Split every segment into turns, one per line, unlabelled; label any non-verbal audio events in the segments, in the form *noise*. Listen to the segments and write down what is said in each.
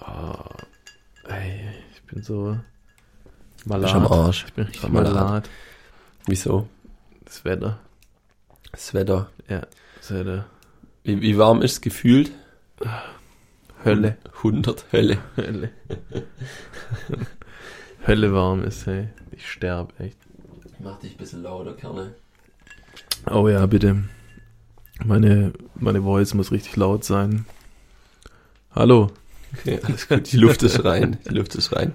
Oh, ey, ich bin so
Bist am
malat.
Arsch.
Ich bin richtig
Am
malat.
Malat. Wieso?
Das Wetter.
Das Wetter.
Ja, das Wetter.
Wie, wie warm ist es gefühlt?
Hölle.
100 Hölle.
Hölle. Hölle warm ist, hey. Ich sterbe echt.
Mach dich ein bisschen lauter, Kerne.
Oh ja, bitte. Meine, meine Voice muss richtig laut sein. Hallo, *laughs*
Okay, alles gut. Die Luft ist rein. Die Luft ist rein.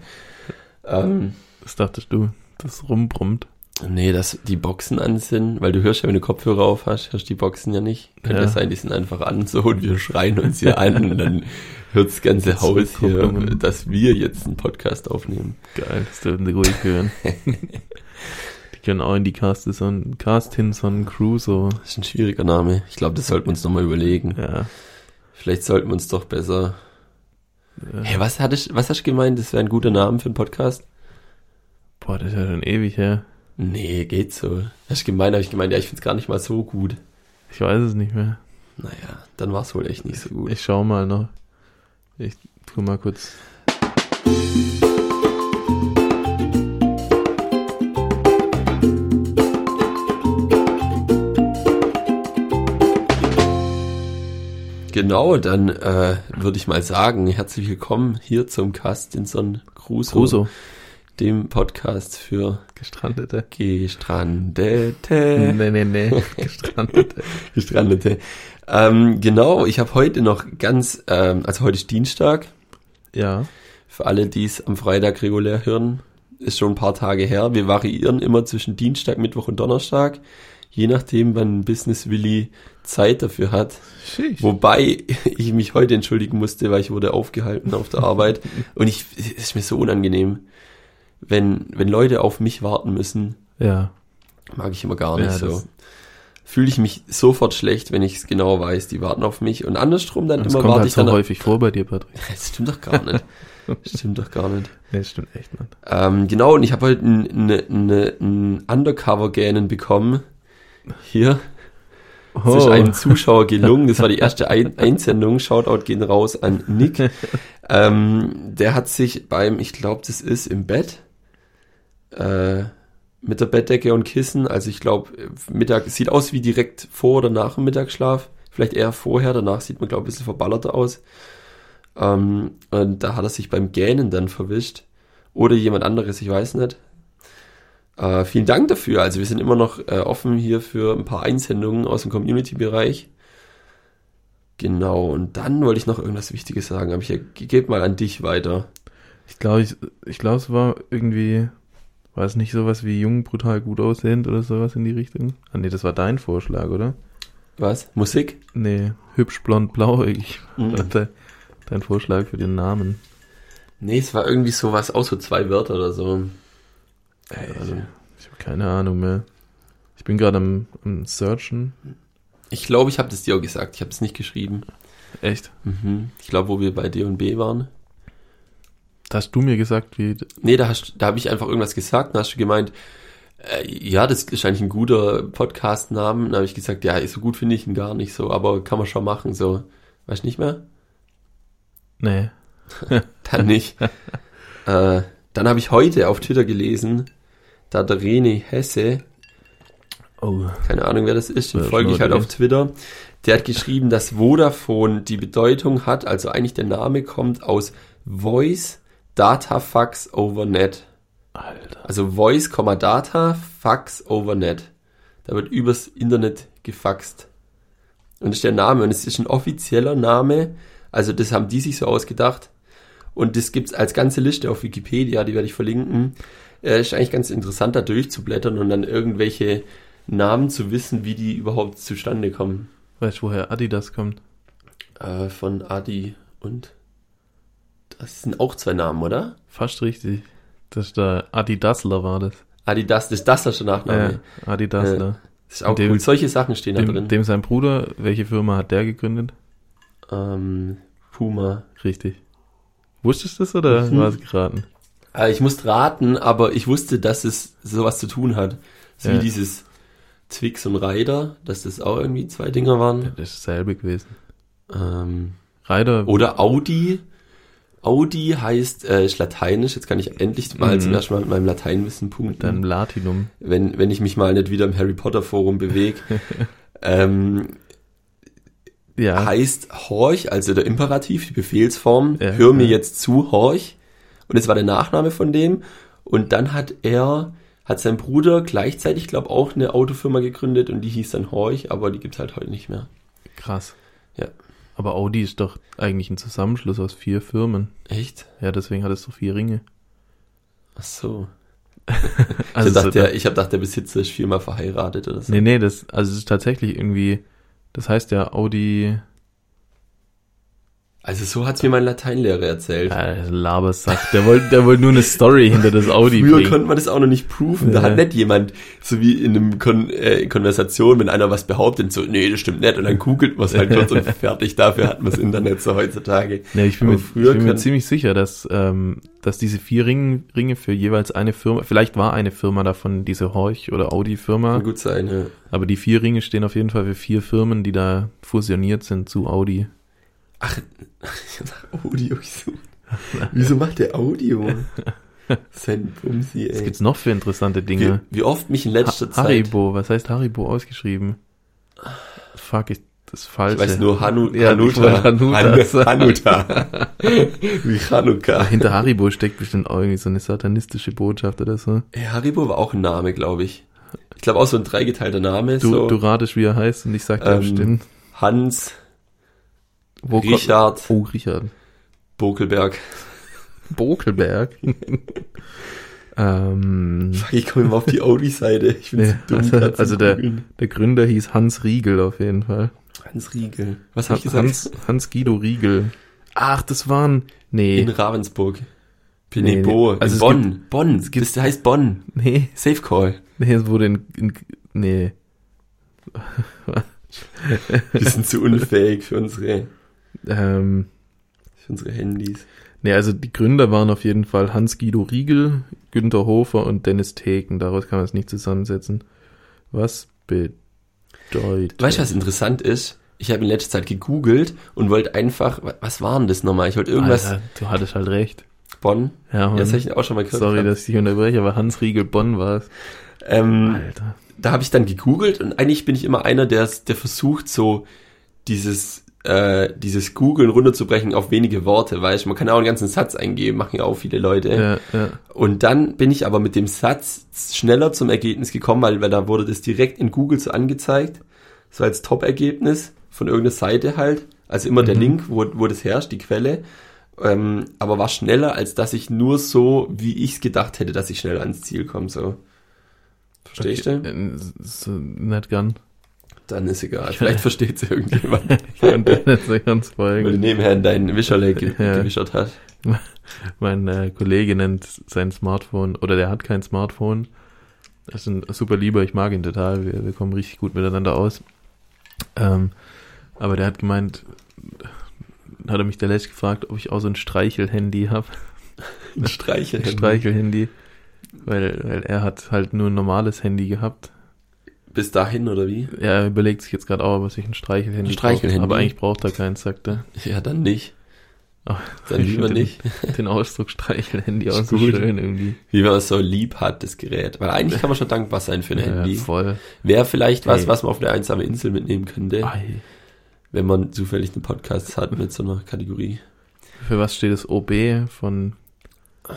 Ähm,
das dachtest du, das rumbrummt.
nee, dass die Boxen an sind, weil du hörst ja, wenn du Kopfhörer auf hast, hörst die Boxen ja nicht. Könnte
Ja.
sein, die sind einfach an so und wir schreien uns hier an und dann hört das ganze
Das
Haus hier,
Rückkopplungen.
dass wir jetzt einen Podcast aufnehmen.
Geil, das dürfen sie ruhig *laughs* hören. die können auch in die Carstison, Carstinson Crusoe.
Das ist ein schwieriger Name. Ich glaube, das sollten wir uns nochmal überlegen.
Ja.
Vielleicht sollten wir uns doch besser.
ja.
Hey, was, hattest, was hast du gemeint? Das wäre ein guter Name für einen Podcast?
Boah, das ist ja schon ewig her.
Nee, geht so. Hast du gemeint, habe ich gemeint, ja, ich finde es gar nicht mal so gut.
Ich weiß es nicht mehr.
Naja, dann war es wohl echt nicht so gut.
Ich schau mal noch. Ich tu mal kurz.
Genau, dann äh, würde ich mal sagen, herzlich willkommen hier zum Cast in Son Crusoe,
Crusoe.
dem Podcast für
Gestrandete.
Gestrandete.
*laughs* Nee, nee,
*laughs*
nee. Gestrandete.
Gestrandete. Ähm, genau, ich habe heute noch ganz, ähm, also heute ist Dienstag,
Ja.
für alle, die es am Freitag regulär hören, ist schon ein paar Tage her. Wir variieren immer zwischen Dienstag, Mittwoch und Donnerstag, je nachdem, wann Business Willy Zeit dafür hat.
Sheesh.
Wobei *laughs* ich mich heute entschuldigen musste, weil ich wurde aufgehalten auf
*laughs*
der Arbeit. Und ich, es ist mir so unangenehm, wenn, wenn Leute auf mich warten müssen,
Ja.
mag ich immer gar
Ja,
nicht
das-
so. Fühle ich mich sofort schlecht, wenn ich es genau weiß, die warten auf mich. Und andersrum dann
Das
immer
kommt
warte
halt
ich
so
dann.
häufig vor bei dir, Patrick.
*laughs* Das stimmt doch gar
*laughs*
nicht. stimmt doch gar nicht.
Nee, das stimmt echt nicht.
Ähm, genau, und ich habe heute einen ein Undercover-Gähnen bekommen. Hier.
Oh.
Es ist einem Zuschauer gelungen. Das war die erste Ein Einsendung. Shoutout gehen raus an Nick. ähm, der hat sich beim, ich glaube, das ist im Bett, äh, mit der Bettdecke und Kissen, also ich glaube, Mittag, sieht aus wie direkt vor oder nach dem Mittagsschlaf. Vielleicht eher vorher, danach sieht man, glaube ich, ein bisschen verballerter aus. Ähm, und da hat er sich beim Gähnen dann verwischt. Oder jemand anderes, ich weiß nicht. Äh, vielen Dank dafür. Also wir sind immer noch äh, offen hier für ein paar Einsendungen aus dem Community-Bereich. Genau, und dann wollte ich noch irgendwas Wichtiges sagen, aber ich gebe mal an dich weiter.
Ich glaube, ich, ich glaub, es war irgendwie, war es nicht sowas wie jung, brutal gut aussehend oder sowas in die Richtung? Ah, nee, das war dein Vorschlag, oder?
Was? Musik?
Nee, hübsch, blond, blauäugig.
Mhm.
war de- Dein Vorschlag für den Namen.
Nee, es war irgendwie sowas, auch so zwei Wörter oder so.
Also, ich habe keine Ahnung mehr. Ich bin gerade am, am Searchen.
Ich glaube, ich habe das dir auch gesagt, ich habe es nicht geschrieben.
Echt?
Mhm. Ich glaube, wo wir bei D&B waren.
Da hast du mir gesagt, wie.
Nee, da, hast- da habe ich einfach irgendwas gesagt, da hast du gemeint, äh, ja, das ist eigentlich ein guter Podcast-Namen. Da habe ich gesagt, ja, ist so gut finde ich ihn gar nicht so, aber kann man schon machen, so. Weißt du nicht mehr?
Nee.
*laughs* Dann nicht. äh, dann habe ich heute auf Twitter gelesen, da hat der René Hesse,
Oh.
keine Ahnung wer das ist, den
Ja,
folge ich halt
Schnurri.
auf Twitter, der hat geschrieben, dass Vodafone die Bedeutung hat, also eigentlich der Name kommt aus Voice Data Fax over Net.
Alter.
Also Voice, Komma, Data, Fax over Net. Da wird übers Internet gefaxt. Und das ist der Name. Und es ist ein offizieller Name. Also das haben die sich so ausgedacht. Und das gibt's als ganze Liste auf Wikipedia, die werde ich verlinken. Äh, ist eigentlich ganz interessant, da durchzublättern und dann irgendwelche Namen zu wissen, wie die überhaupt zustande kommen.
Weißt du, woher Adidas kommt?
Äh, von Adi und... Das sind auch zwei Namen, oder?
Fast richtig. Das ist der Adidasler war das.
Adi, das ist das ist der Nachname.
Ja, Adidasler.
Das ist auch
Dem-
cool. Solche Sachen stehen da drin.
dem, dem sein Bruder, welche Firma hat der gegründet?
Ähm, Puma.
Richtig. Wusstest du das oder
Mhm.
war es geraten?
Äh, ich musste raten, aber ich wusste, dass es sowas zu tun hat. So
Ja.
wie dieses Twix und Ryder, dass das auch irgendwie zwei Dinger
Ja,
waren.
das ist dasselbe gewesen.
Ähm,
Ryder,
oder Audi. Audi heißt äh, ist lateinisch. Jetzt kann ich endlich mal
Mhm.
zum ersten Mal mit meinem Lateinwissen punkten.
Deinem Latinum.
wenn, wenn ich mich mal nicht wieder im Harry Potter Forum bewege.
*laughs*
ähm,
Ja.
Heißt Horch, also der Imperativ, die Befehlsform,
Ja,
hör mir
ja.
jetzt zu, Horch. Und das war der Nachname von dem. Und dann hat er, hat sein Bruder gleichzeitig, glaube auch eine Autofirma gegründet und die hieß dann Horch, aber die gibt's halt heute nicht mehr.
Krass.
Ja.
Aber Audi ist doch eigentlich ein Zusammenschluss aus vier Firmen.
Echt?
Ja, deswegen hat es so vier Ringe.
Ach so.
Also
ich habe gedacht,
so-
der, ich hab gedacht, der Besitzer ist viermal verheiratet oder so.
Nee, nee, das, also es ist tatsächlich irgendwie, das heißt ja Audi,
Also so hat's mir mein Lateinlehrer erzählt.
äh, Labersack, der wollte, der wollte nur eine Story hinter das Audi
Früher
bringen.
konnte man das auch noch nicht proven. Da
Ja.
hat nicht jemand, so wie in einem Kon äh, Konversation, wenn einer was behauptet, so, nee, das stimmt nicht, und dann googelt man es
*laughs*
halt kurz und fertig. Dafür hat man das Internet so heutzutage.
Nee, ich bin,
Aber
mir,
früher
ich bin mir
kann-
ziemlich sicher, dass, ähm, dass diese vier Ringe, Ringe für jeweils eine Firma, vielleicht war eine Firma davon diese Horch- oder Audi-Firma,
Kann gut sein, ja.
aber die vier Ringe stehen auf jeden Fall für vier Firmen, die da fusioniert sind zu Audi.
Ach, *laughs* Audio, wieso? Wieso macht der Audio? Sein Bumsi,
Was
ey.
gibt's noch für interessante
Wie,
Dinge?
wie oft mich in letzter
Ha-
Zeit.
Haribo, was heißt Haribo ausgeschrieben? Fuck, ich, das ist falsch.
Ich weiß nur Hanu
Ja, ich wollte
Hanuta.
Hanuta
Han
sagen.
Hanuta.
*laughs*
Wie Hanukkah.
Hinter Haribo steckt bestimmt auch irgendwie so eine satanistische Botschaft oder so.
Ey, Haribo war auch ein Name, glaube ich. Ich glaube auch so ein dreigeteilter Name.
Du,
so
du ratest, wie er heißt und ich sag dir
Ähm,
bestimmt.
Hans,
Wo kommt-
Richard,
Oh, Richard.
Bokelberg. *laughs*
Bokelberg. ähm,
Fuck, *laughs* Ich komme immer auf die Audi-Seite. Ich bin
nee,
zu dumm.
also,
grad zu
also der,
googeln.
der Gründer hieß Hans Riegel auf jeden Fall.
Hans Riegel. Was habe ich gesagt?
Hans, Hans Guido Riegel. Ach, das waren. Nee.
in Ravensburg.
Nee,
Pinebo.
nee. Also
in
es
Bonn. Bonn.
gibt-
das heißt Bonn.
Nee.
Safe Call.
Nee, es wurde in. in nee.
Wir sind
*laughs*
zu unfähig für unsere,
Ähm,
für unsere Handys.
nee, also die Gründer waren auf jeden Fall Hans Guido Riegel, Günter Hofer und Dennis Theken. Daraus kann man es nicht zusammensetzen. Was bedeutet.
Weißt du, was interessant ist? Ich habe in letzter Zeit gegoogelt und wollte einfach, was war denn das nochmal? Ich wollte irgendwas,
Alter, du hattest halt recht.
Bonn.
Ja,
Ja,
Mann.
das habe ich auch schon mal gehört.
Sorry,
gehabt.
dass ich dich unterbreche, aber Hans Riegel Bonn war es.
ähm,
Alter.
da habe ich dann gegoogelt und eigentlich bin ich immer einer, der, der versucht, so dieses, äh, dieses Googlen runterzubrechen auf wenige Worte, weißt du, man kann auch einen ganzen Satz eingeben, machen ja auch viele Leute.
Ja, ja.
Und dann bin ich aber mit dem Satz schneller zum Ergebnis gekommen, weil, weil da wurde das direkt in Google so angezeigt, so als Top-Ergebnis von irgendeiner Seite halt, also immer der
Mhm.
Link, wo, wo das herrscht, die Quelle. Ähm, aber war schneller, als dass ich nur so, wie ich es gedacht hätte, dass ich schnell ans Ziel komme. So. Verstehst du?
Ähm, So, nicht gern.
Dann ist egal. Vielleicht versteht es irgendjemand,
Ich konnte nicht so ganz
weil du
folgen.
nebenher deinen Wischerleck ge
Ja.
gewischert hast.
*laughs* Mein äh, Kollege nennt sein Smartphone, oder der hat kein Smartphone. Das ist ein super Lieber, ich mag ihn total. Wir, wir kommen richtig gut miteinander aus. Ähm, aber der hat gemeint, hat er mich der Letzte gefragt, ob ich auch so ein Streichel-Handy habe.
Ein Streichel.
*laughs* Ein Streichel-Handy. Weil, weil er hat halt nur ein normales Handy gehabt.
Bis dahin, oder wie?
Ja, er überlegt sich jetzt gerade auch, ob er sich ein Streichelhandy
Ein Streichelhandy.
Braucht. Aber eigentlich braucht er keinen, sagt er.
Ja, dann nicht.
Ach, *laughs*
Dann
ich
lieber
finde den- *laughs*
nicht.
Den Ausdruck Streichelhandy
Ist
auch so
gut.
schön irgendwie.
Wie man es so lieb hat, das Gerät. Weil eigentlich kann man schon dankbar sein für ein Handy.
voll.
Wäre vielleicht was,
Ey. Ah.
was man auf eine einsame Insel mitnehmen könnte,
Ei.
wenn man zufällig einen Podcast hat mit so einer Kategorie.
Für was steht das OB von... oh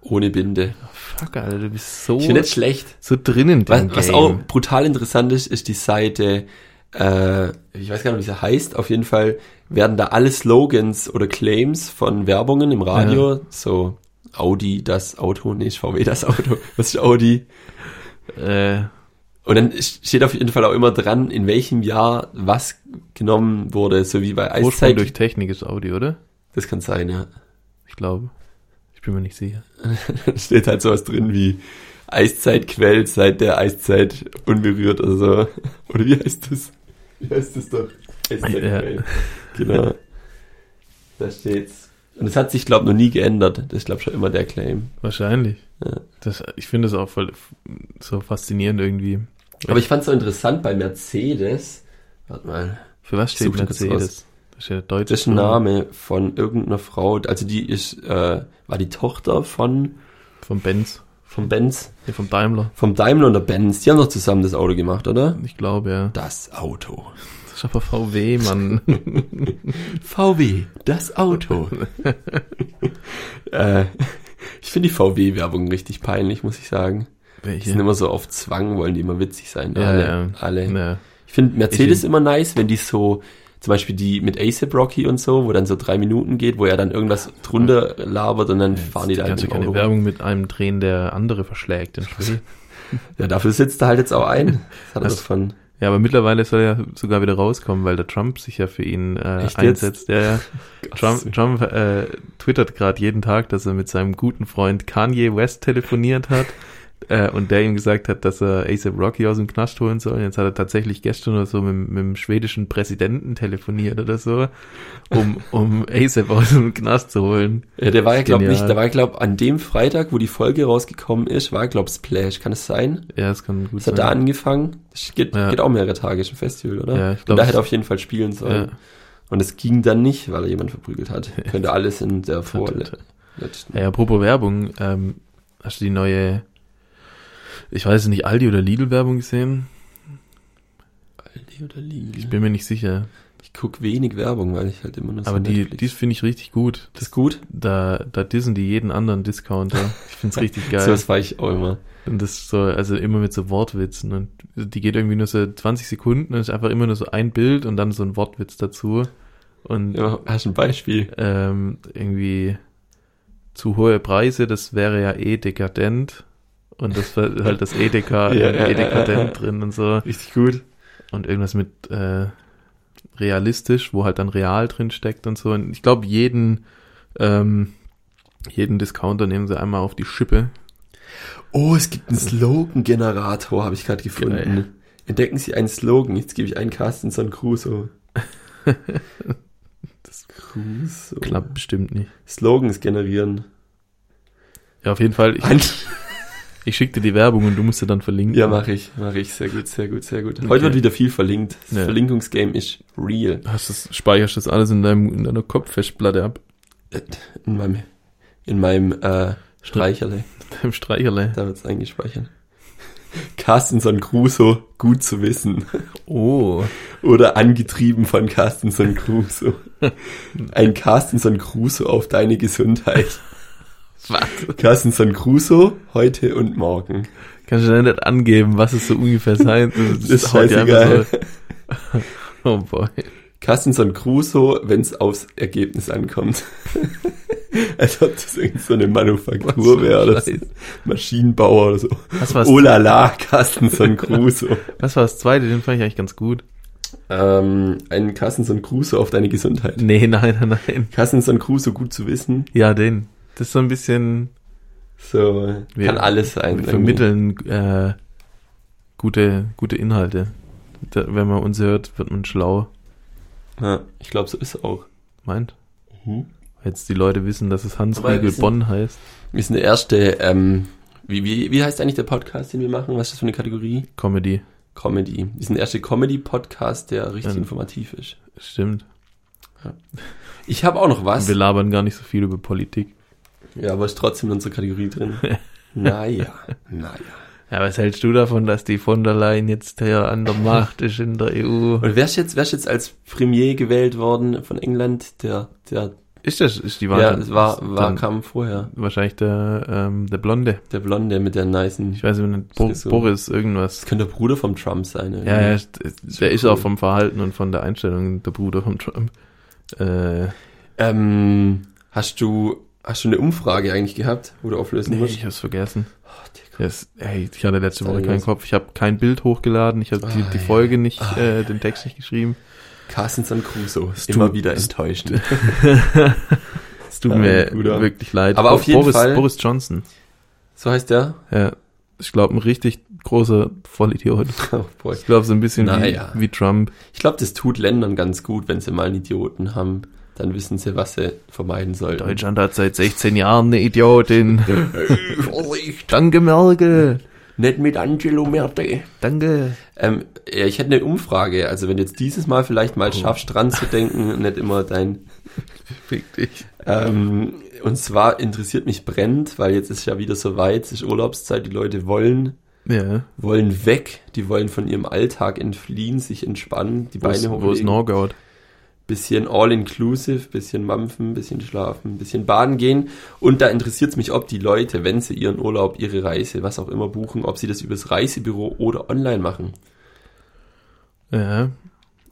Ohne Binde.
Fuck, Alter, du bist so,
Ich finde das schlecht.
so drinnen
Was, was auch brutal interessant ist, ist die Seite, äh, ich weiß gar nicht, wie sie heißt, auf jeden Fall werden da alle Slogans oder Claims von Werbungen im Radio, so Audi das Auto, nee, ist VW das Auto, *laughs* was ist Audi?
Äh,
Und dann steht auf jeden Fall auch immer dran, in welchem Jahr was genommen wurde, so wie bei
Ursprung
Eiszeit.
durch Technik ist Audi, oder?
Das kann sein, ja.
Ich glaube. Ich bin mir nicht sicher.
*laughs* Dann steht halt sowas drin wie Eiszeit quält seit der Eiszeit unberührt oder so. *laughs* Oder wie heißt das? Wie heißt das doch? Eiszeit
Ja.
quält. *laughs* Genau. Da steht's. Und das hat sich, glaube noch nie geändert. Das ist, glaube schon immer der Claim.
Wahrscheinlich.
Ja.
Das, ich finde das auch voll f- so faszinierend irgendwie.
Aber ich fand's so interessant bei Mercedes. Warte mal.
Für was steht
Such dir kurz
Mercedes? Ist ja deutsch.
Das ist ein Name von irgendeiner Frau. Also die ist, äh, war die Tochter von,
Vom Benz.
vom Benz,
Nee, vom Daimler.
vom Daimler und der Benz. Die haben doch zusammen das Auto gemacht, oder?
Ich glaube, ja.
Das Auto.
Das ist aber
*laughs*
VW, Mann.
VW, das Auto. *laughs* äh, ich finde die VW-Werbung richtig peinlich, muss ich sagen. Die
Welche?
sind immer so auf Zwang, wollen die immer witzig sein.
Ja,
alle.
ja.
alle.
Ja.
Ich finde Mercedes
Ich-
immer nice, wenn die so, zum Beispiel die mit ASAP Rocky und so, wo dann so drei Minuten geht, wo er dann irgendwas drunter labert und dann fahren die da
Kannst du
im
keine
Auto. rum.
Werbung mit einem drehen, der andere verschlägt im Spiel.
Ja, dafür sitzt er halt jetzt auch ein. Das hat er
Was?
doch von.
Ja, aber mittlerweile soll er sogar wieder rauskommen, weil der Trump sich ja für ihn äh,
Echt jetzt?
einsetzt. Ja,
*laughs*
ja. Trump, Trump äh, twittert gerade jeden Tag, dass er mit seinem guten Freund Kanye West telefoniert
*laughs*
hat äh, und der ihm gesagt hat, dass er ASAP Rocky aus dem Knast holen soll. Und jetzt hat er tatsächlich gestern oder so mit, dem- mit dem schwedischen Präsidenten telefoniert oder so,
*laughs*
um, um ASAP aus dem Knast zu holen.
Ja, der war ja, glaube ich,
Genial.
nicht, der war, glaube an dem Freitag, wo die Folge rausgekommen ist, war, glaube Splash. Kann es sein?
Ja, das kann gut
Das hat da
sein.
angefangen. Das geht,
Ja.
geht auch mehrere Tage, ist ein Festival, oder?
Ja, ich glaub,
und da
es-
hätte er auf jeden Fall spielen sollen.
Ja.
Und es ging dann nicht, weil er jemand
*laughs*
verprügelt hat. Könnte alles in der vorletzten.
Ey, apropos Werbung, ähm, hast du die neue, ich weiß nicht, Aldi oder Lidl Werbung gesehen?
Aldi oder Lidl?
Ich bin mir nicht sicher.
Ich guck wenig Werbung, weil ich halt immer nur so
aber die,
Netflix-
die finde ich richtig gut.
das ist gut.
Da, da dissen die jeden anderen Discounter. Ich finde
*laughs*
es richtig
Sowas
geil.
war ich auch immer.
und das ist so, also immer mit so Wortwitzen. Und die geht irgendwie nur so 20 Sekunden und ist einfach immer nur so ein Bild und dann so ein Wortwitz dazu. Und
Ja, hast du ein Beispiel?
ähm, irgendwie zu hohe Preise, das wäre ja eh dekadent. Und das war halt das Edeka,
*laughs* Ja, ja,
eh
ja, ja.
dekadent drin und so.
Richtig gut.
und irgendwas mit äh, realistisch, wo halt dann real drin steckt und so. Und ich glaube, jeden, ähm, jeden Discounter nehmen sie einmal auf die Schippe.
Oh, es gibt einen Slogan-Generator, habe ich gerade gefunden.
Geil.
Entdecken Sie einen Slogan. Jetzt gebe ich einen
*laughs*
Carstenson Crusoe. das Crusoe.
Klappt bestimmt nicht.
Slogans generieren.
Ja, auf jeden Fall, ich,
Ein-
ich schick dir die Werbung und du musst sie dann verlinken.
Ja, mache ich, mache ich. Sehr gut, sehr gut, sehr gut. Heute
Okay.
wird wieder viel verlinkt. Das
Ja.
Verlinkungsgame ist real.
Hast das, speicherst das alles in, deinem, in deiner Kopffestplatte ab, *laughs*
In meinem, in meinem äh, Streicherle.
deinem Streicherle.
Da wird's eingespeichert. *laughs* Carstenson Crusoe, gut zu wissen.
Oh,
Oder angetrieben von Carstenson Crusoe. Ein Carstenson Crusoe auf
*laughs*
deine Gesundheit.
was?
Carstenson Crusoe, heute und morgen.
Kannst du denn nicht angeben, was es so ungefähr sein das
Ist
haut dir einfach
scheißegal.
So, *laughs* oh boy.
Carstenson Crusoe, wenn's aufs Ergebnis ankommt. *laughs* Als ob das irgendwie so eine
Was für
Manufaktur
ein
wäre oder so.
Scheiß.
Maschinenbauer oder so.
Was war's-
Oh la la,
*laughs*
Carstenson Crusoe.
Was war das zweite? Den fand ich eigentlich ganz gut.
ähm, ein Carstenson Crusoe auf deine Gesundheit.
Nee, nein, nein, nein.
Carstenson Crusoe, gut zu wissen.
Ja, den. Das ist so ein bisschen
So,
Wir-
kann alles sein.
wir vermitteln äh, gute, gute Inhalte. Da, wenn man uns hört, wird man schlau.
irgendwie. Ja, ich glaube, so ist es auch.
Meint? Mhm. Jetzt die Leute wissen, dass es Hans
Aber wir
Riegel
sind-
Bonn heißt.
Wir sind der erste, ähm, wie, wie, wie heißt eigentlich der Podcast, den wir machen? Was ist das für eine Kategorie?
Comedy.
Comedy. Wir sind der erste Comedy-Podcast, der richtig
Ähm.
informativ ist.
Stimmt.
Ich habe auch noch was.
Wir labern gar nicht so viel über Politik.
Ja, aber ist trotzdem in unserer Kategorie drin.
*laughs*
naja, naja.
Ja, was hältst du davon, dass die von der Leyen jetzt hier an der Macht ist in der E EU?
Und wer ist jetzt, wer ist jetzt als Premier gewählt worden von England? Der, der,
Ist das, ist die Wahl?
ja,
schon-
es war,
ist
war
dann
kam vorher.
Wahrscheinlich der, ähm, der Blonde.
Der Blonde mit der nicen.
Ich weiß nicht, Bo
Ist so.
Boris irgendwas.
Das könnte der Bruder vom Trump sein. irgendwie.
Ja, ja, ist- Ähm, der ist
cool.
auch vom Verhalten und von der Einstellung der Bruder von Trump. Äh,
Ähm, hast du, hast du eine Umfrage eigentlich gehabt, wo du auflösen
nee,
musst?
ich hab's vergessen.
Oh, Digga.
Das, ey, ich hatte letzte Woche
Sorry,
keinen
was?
Kopf. Ich habe kein Bild hochgeladen. Ich habe die,
Ah,
die
ja.
Folge nicht,
Ah,
äh, den Text nicht geschrieben.
Carstenson Crusoe.
Es
Immer
tut-
wieder
es-
*laughs* enttäuschend.
*laughs* Es tut
Ja,
mir
guter.
Äh, wirklich leid.
Aber
Bo-
auf jeden
Boris,
Fall-
Boris Johnson.
So heißt der? *laughs*
Ja, ich glaube, ein richtig großer Vollidiot.
Oh, boy.
Ich glaube, so ein bisschen
Naja.
wie, wie Trump.
Ich glaube, das tut Ländern ganz gut, wenn sie mal einen Idioten haben. Dann wissen sie, was sie vermeiden sollten. *laughs*
*laughs* Deutschland hat seit 16 Jahren eine Idiotin.
Vorsicht!
Danke, Merkel.
Nicht mit Angelo Merte.
Danke.
Ähm, ja, ich hätte eine Umfrage. Also wenn du jetzt dieses Mal vielleicht mal
Oh.
schaffst, dran zu denken, nicht immer dein...
Fick dich.
Ähm, und zwar interessiert mich brennend, weil jetzt ist ja wieder so weit, es ist Urlaubszeit, die Leute wollen
Ja.
wollen weg, die wollen von ihrem Alltag entfliehen, sich entspannen, die
Wo ist,
Beine
wo ist
hochlegen,
Norgout?
bisschen all-inclusive, bisschen mampfen, bisschen schlafen, bisschen baden gehen. Und da interessiert es mich, ob die Leute, wenn sie ihren Urlaub, ihre Reise, was auch immer buchen, ob sie das übers Reisebüro oder online machen.
Ja.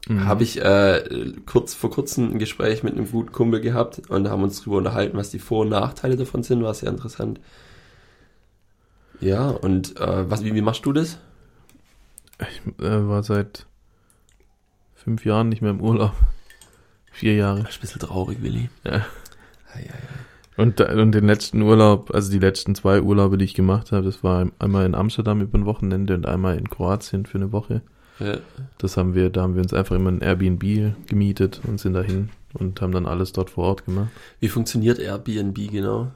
Mhm.
Habe ich äh, kurz vor kurzem ein Gespräch mit einem guten Kumpel gehabt und haben uns drüber unterhalten, was die Vor- und Nachteile davon sind, war sehr interessant. Ja, und äh, was, wie, wie machst du das?
Ich äh, war seit fünf Jahren nicht mehr im Urlaub. *laughs* Vier Jahre.
Das ist ein bisschen traurig, Willi.
Ja.
Ei, ei, ei.
Und, da- und den letzten Urlaub, also die letzten zwei Urlaube, die ich gemacht habe, das war einmal in Amsterdam über ein Wochenende und einmal in Kroatien für eine Woche.
Ja.
Das haben wir, da haben wir uns einfach immer ein Airbnb gemietet und sind dahin und haben dann alles dort vor Ort gemacht.
Wie funktioniert Airbnb genau?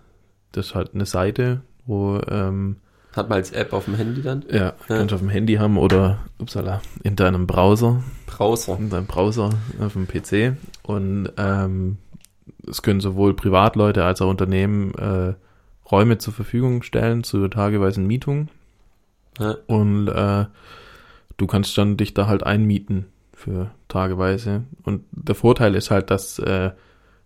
Das ist halt eine Seite, wo, ähm,
Hat man als App auf dem Handy dann?
ja, kannst du auf dem Handy haben oder, upsala, in deinem Browser,
Browser.
in deinem Browser äh, auf dem PC. Und ähm, es können sowohl Privatleute als auch Unternehmen äh, Räume zur Verfügung stellen zu tageweisen Mietungen.
Ja.
Und äh, du kannst dann dich da halt einmieten für tageweise. Und der Vorteil ist halt, dass äh,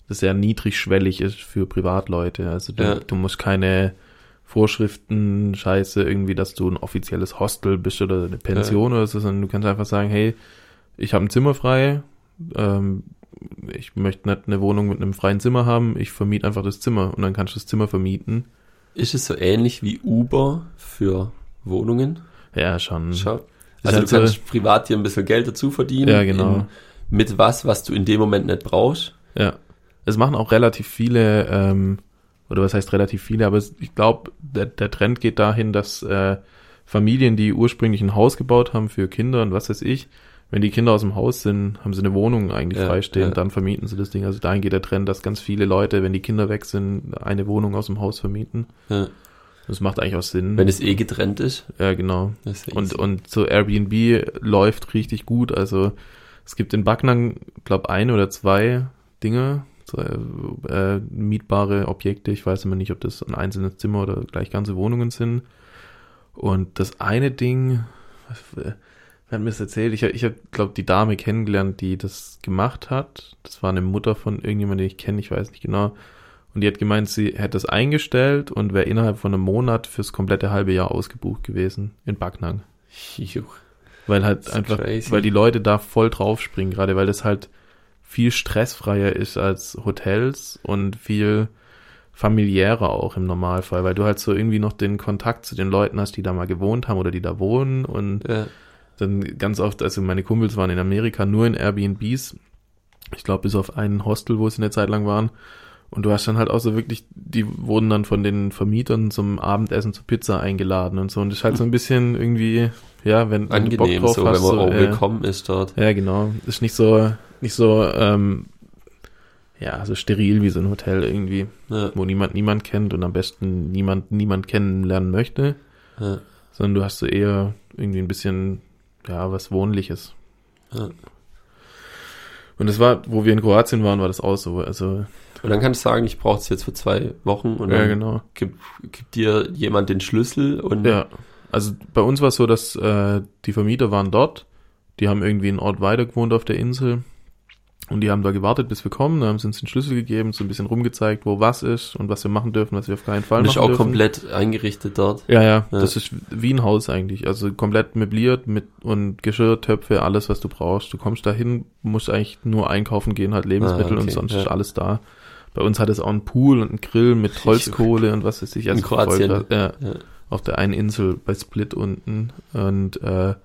das sehr niedrigschwellig ist für Privatleute. Also du,
Ja.
du musst keine Vorschriften, Scheiße, irgendwie, dass du ein offizielles Hostel bist oder eine Pension oder so, sondern du kannst einfach sagen, hey, ich habe ein Zimmer frei, ähm, ich möchte nicht eine Wohnung mit einem freien Zimmer haben, ich vermiete einfach das Zimmer und dann kannst du das Zimmer vermieten.
Ist es so ähnlich wie Uber für Wohnungen?
Ja, schon.
Schau.
Ist
Also
halt
du
so-
kannst privat dir ein bisschen Geld dazu verdienen.
Ja, genau.
In, mit was, was du in dem Moment nicht brauchst.
Ja. Es machen auch relativ viele, ähm, oder was heißt relativ viele, aber es, ich glaube, der, der Trend geht dahin, dass äh, Familien, die ursprünglich ein Haus gebaut haben für Kinder und was weiß ich, wenn die Kinder aus dem Haus sind, haben sie eine Wohnung eigentlich
Ja,
freistehen,
ja.
dann vermieten sie das Ding. Also dahin geht der Trend, dass ganz viele Leute, wenn die Kinder weg sind, eine Wohnung aus dem Haus vermieten.
Ja.
Das macht eigentlich auch Sinn.
Wenn es eh getrennt ist.
ja, genau.
Das ist ja
Mhm. Und,
easy.
und so Airbnb läuft richtig gut. Also es gibt in Backnang, glaube ein oder zwei Dinge, so, äh, äh, mietbare Objekte. Ich weiß immer nicht, ob das ein einzelnes Zimmer oder gleich ganze Wohnungen sind. Und das eine Ding, was, äh, wer hat mir das erzählt? Ich, hab- ich habe, glaube die Dame kennengelernt, die das gemacht hat. Das war eine Mutter von irgendjemandem, den ich kenne, ich weiß nicht genau. Und die hat gemeint, sie hätte das eingestellt und wäre innerhalb von einem Monat fürs komplette halbe Jahr ausgebucht gewesen in Backnang.
Juch.
Weil halt
Das ist
einfach,
crazy.
weil die Leute da voll draufspringen, gerade weil das halt viel stressfreier ist als Hotels und viel familiärer auch im Normalfall, weil du halt so irgendwie noch den Kontakt zu den Leuten hast, die da mal gewohnt haben oder die da wohnen und
Ja.
dann ganz oft, also meine Kumpels waren in Amerika nur in Airbnbs, ich glaube bis auf einen Hostel, wo sie eine Zeit lang waren und du hast dann halt auch so wirklich, die wurden dann von den Vermietern zum Abendessen zur Pizza eingeladen und so und das ist halt so ein bisschen irgendwie, ja, wenn, wenn du
Angenehm, so, wenn man auch
äh,
willkommen ist dort.
ja, genau. Ist nicht so, nicht so, ähm, ja, so steril wie so ein Hotel irgendwie,
Ja.
wo niemand niemand kennt und am besten niemand niemand kennenlernen möchte,
Ja.
sondern du hast so eher irgendwie ein bisschen, ja, was Wohnliches.
Ja.
Und das war, wo wir in Kroatien waren, war das auch so. Also,
Und dann kannst du sagen, ich brauche es jetzt für zwei Wochen und
ja,
dann
genau.
gibt, gibt dir jemand den Schlüssel und
Ja. Also bei uns war es so, dass äh, die Vermieter waren dort, die haben irgendwie einen Ort weiter gewohnt auf der Insel und die haben da gewartet, bis wir kommen, dann haben sie uns den Schlüssel gegeben, so ein bisschen rumgezeigt, wo was ist und was wir machen dürfen, was wir auf keinen Fall
und
machen
ist auch
dürfen.
komplett eingerichtet dort.
ja, ja,
Ja.
das ist wie ein Haus eigentlich, also komplett möbliert mit und Geschirr, Töpfe, alles was du brauchst. Du kommst dahin, musst eigentlich nur einkaufen gehen, halt Lebensmittel
Ah, okay,
und sonst
ja.
ist alles da. Bei uns hat es auch einen Pool und einen Grill mit Holzkohle und was weiß ich.
In
voll
Kroatien.
krass. ja
Ja.
auf der einen Insel bei Split unten. Und äh,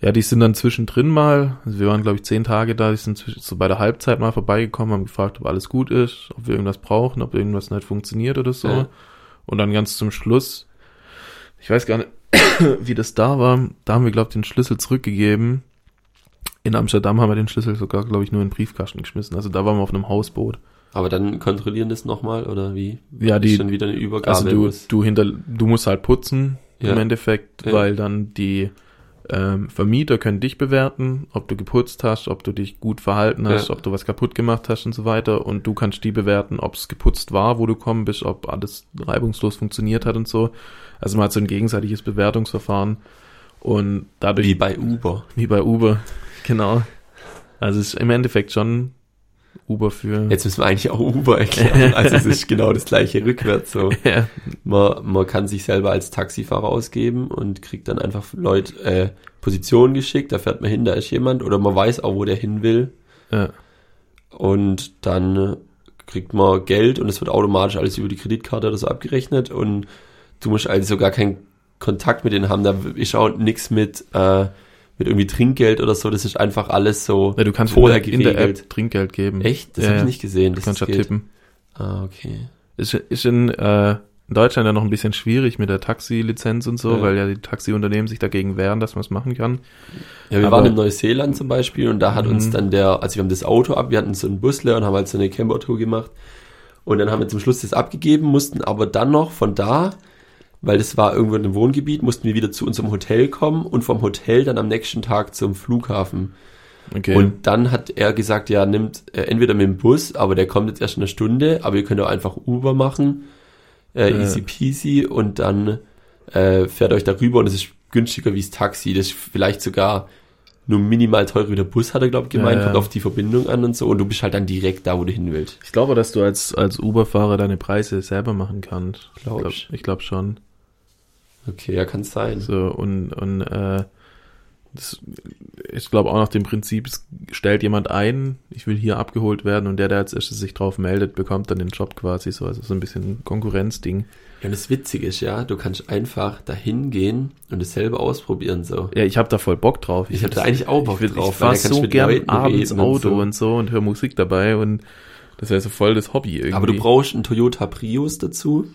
ja, die sind dann zwischendrin mal, also wir waren glaube ich zehn Tage da, die sind zwisch- so bei der Halbzeit mal vorbeigekommen, haben gefragt, ob alles gut ist, ob wir irgendwas brauchen, ob irgendwas nicht funktioniert oder so.
Ja.
Und dann ganz zum Schluss, ich weiß gar nicht, *coughs* wie das da war, da haben wir glaube ich den Schlüssel zurückgegeben. In Amsterdam haben wir den Schlüssel sogar, glaube ich, nur in den Briefkasten geschmissen. Also da waren wir auf einem Hausboot.
Aber dann kontrollieren das nochmal oder wie?
Ja, die,
Ist dann wieder eine Übergabe.
also du,
muss.
du hinter, du musst halt putzen,
Ja.
im Endeffekt,
Ja.
weil dann die ähm, Vermieter können dich bewerten, ob du geputzt hast, ob du dich gut verhalten hast,
Ja.
ob du was kaputt gemacht hast und so weiter. Und du kannst die bewerten, ob es geputzt war, wo du kommen bist, ob alles reibungslos funktioniert hat und so. Also man hat so ein gegenseitiges Bewertungsverfahren. Und dadurch
Wie bei Uber.
wie bei Uber, genau. Also es ist im Endeffekt schon Uber für.
Jetzt müssen wir eigentlich auch Uber erklären. Also es ist genau das gleiche rückwärts so.
*laughs* Ja,
Man, man kann sich selber als Taxifahrer ausgeben und kriegt dann einfach Leute äh, Positionen geschickt, da fährt man hin, da ist jemand oder man weiß auch, wo der hin will
ja,
und dann kriegt man Geld und es wird automatisch alles über die Kreditkarte oder so abgerechnet und du musst also gar keinen Kontakt mit denen haben, da ist auch nichts mit, äh, mit irgendwie Trinkgeld oder so, das ist einfach alles so
Ja, du kannst
vorher
in, der, in der
geregelt.
App Trinkgeld geben.
Echt? Das
ja,
habe ich
ja.
nicht gesehen.
Du
dass
kannst ja
das geht.
tippen.
Ah, okay.
Ist, ist in, äh, in Deutschland ja noch ein bisschen schwierig mit der Taxilizenz und so,
Ja.
weil ja die Taxiunternehmen sich dagegen wehren, dass man es machen kann.
Ja, wir
Aber-
waren in Neuseeland zum Beispiel und da hat uns
Mhm.
dann der, also wir haben das Auto ab, wir hatten so einen Busle und haben halt so eine Camper-Tour gemacht. Und dann haben wir zum Schluss das abgegeben, mussten aber dann noch von da, weil das war irgendwo in einem Wohngebiet, mussten wir wieder zu unserem Hotel kommen und vom Hotel dann am nächsten Tag zum Flughafen.
Okay.
Und dann hat er gesagt, ja, nimmt äh, entweder mit dem Bus, aber der kommt jetzt erst in einer Stunde, aber ihr könnt auch einfach Uber machen, äh,
Ja.
easy peasy, und dann äh, fährt euch darüber und es ist günstiger wie das Taxi. Das ist vielleicht sogar nur minimal teurer wie der Bus, hat er, glaube ich, gemeint,
Ja, ja.
kommt auf die Verbindung an und so, und du bist halt dann direkt da, wo du hin willst.
ich glaube, dass du als, als Uber-Fahrer deine Preise selber machen kannst.
Glaubst?
Ich glaube ich glaub schon.
Okay, ja, kann sein.
So, und, und äh, das, ich glaube auch nach dem Prinzip, es stellt jemand ein, ich will hier abgeholt werden und der, der als erstes sich drauf meldet, bekommt dann den Job quasi so. Also so ein bisschen ein Konkurrenzding.
Ja, und das Witzige ist, ja, du kannst einfach dahin gehen und es selber ausprobieren, so.
Ja, ich habe da voll Bock drauf.
Ich hab da eigentlich auch Bock
ich will,
drauf,
Ich fahr
weil da kann ich
so
mit
gern
Leuten
abends
reden und
Auto und
so.
so. und höre Musik dabei und das wäre so voll das Hobby irgendwie.
Aber du brauchst einen Toyota Prius dazu.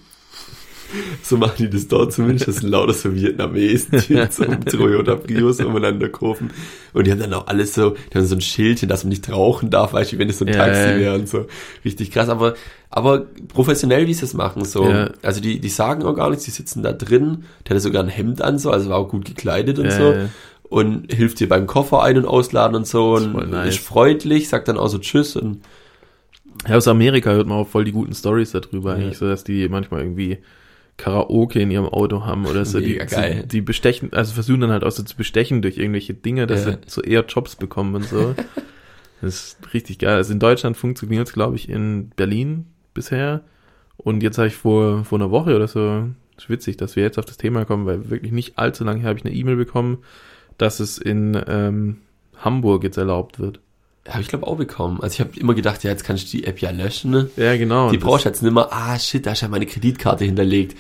So machen die das dort zumindest. Das sind lauter so Vietnamesen, die mit so einem Toyota Prius umeinander kurven. Und die haben dann auch alles so, die haben so ein Schildchen, dass man nicht rauchen darf, weißt du, wenn es so ein
Ja,
Taxi
ja, ja.
wäre und so. Richtig krass. Aber, aber professionell, wie sie es machen, so.
Ja.
Also die, die sagen auch gar nichts, die sitzen da drin. Der hatte sogar ein Hemd an, so, also war auch gut gekleidet und
Ja,
so
ja, ja.
und hilft dir beim Koffer ein- und ausladen und so
ist
und
voll
ist,
nice.
freundlich, sagt dann auch so Tschüss und
Ja, aus Amerika hört man auch voll die guten Stories darüber
Ja.
eigentlich, so dass die manchmal irgendwie Karaoke in ihrem Auto haben oder so. Die,
Mega geil.
die bestechen, also versuchen dann halt auch so zu bestechen durch irgendwelche Dinge, dass
Ja.
sie so eher Jobs bekommen und
*laughs*
so. das ist richtig geil. Also in Deutschland funktioniert es, glaube ich, in Berlin bisher. Und jetzt habe ich vor, vor einer Woche oder so, ist witzig, dass wir jetzt auf das Thema kommen, weil wirklich nicht allzu lange her habe ich eine E-Mail bekommen, dass es in ähm, Hamburg jetzt erlaubt wird.
Habe ich glaube auch bekommen. Also ich habe immer gedacht, ja, jetzt kann ich die App ja löschen. Ne?
Ja, genau.
Die
Und das-
brauche ich jetzt nicht mehr. Ah, shit, da ist ja meine Kreditkarte hinterlegt.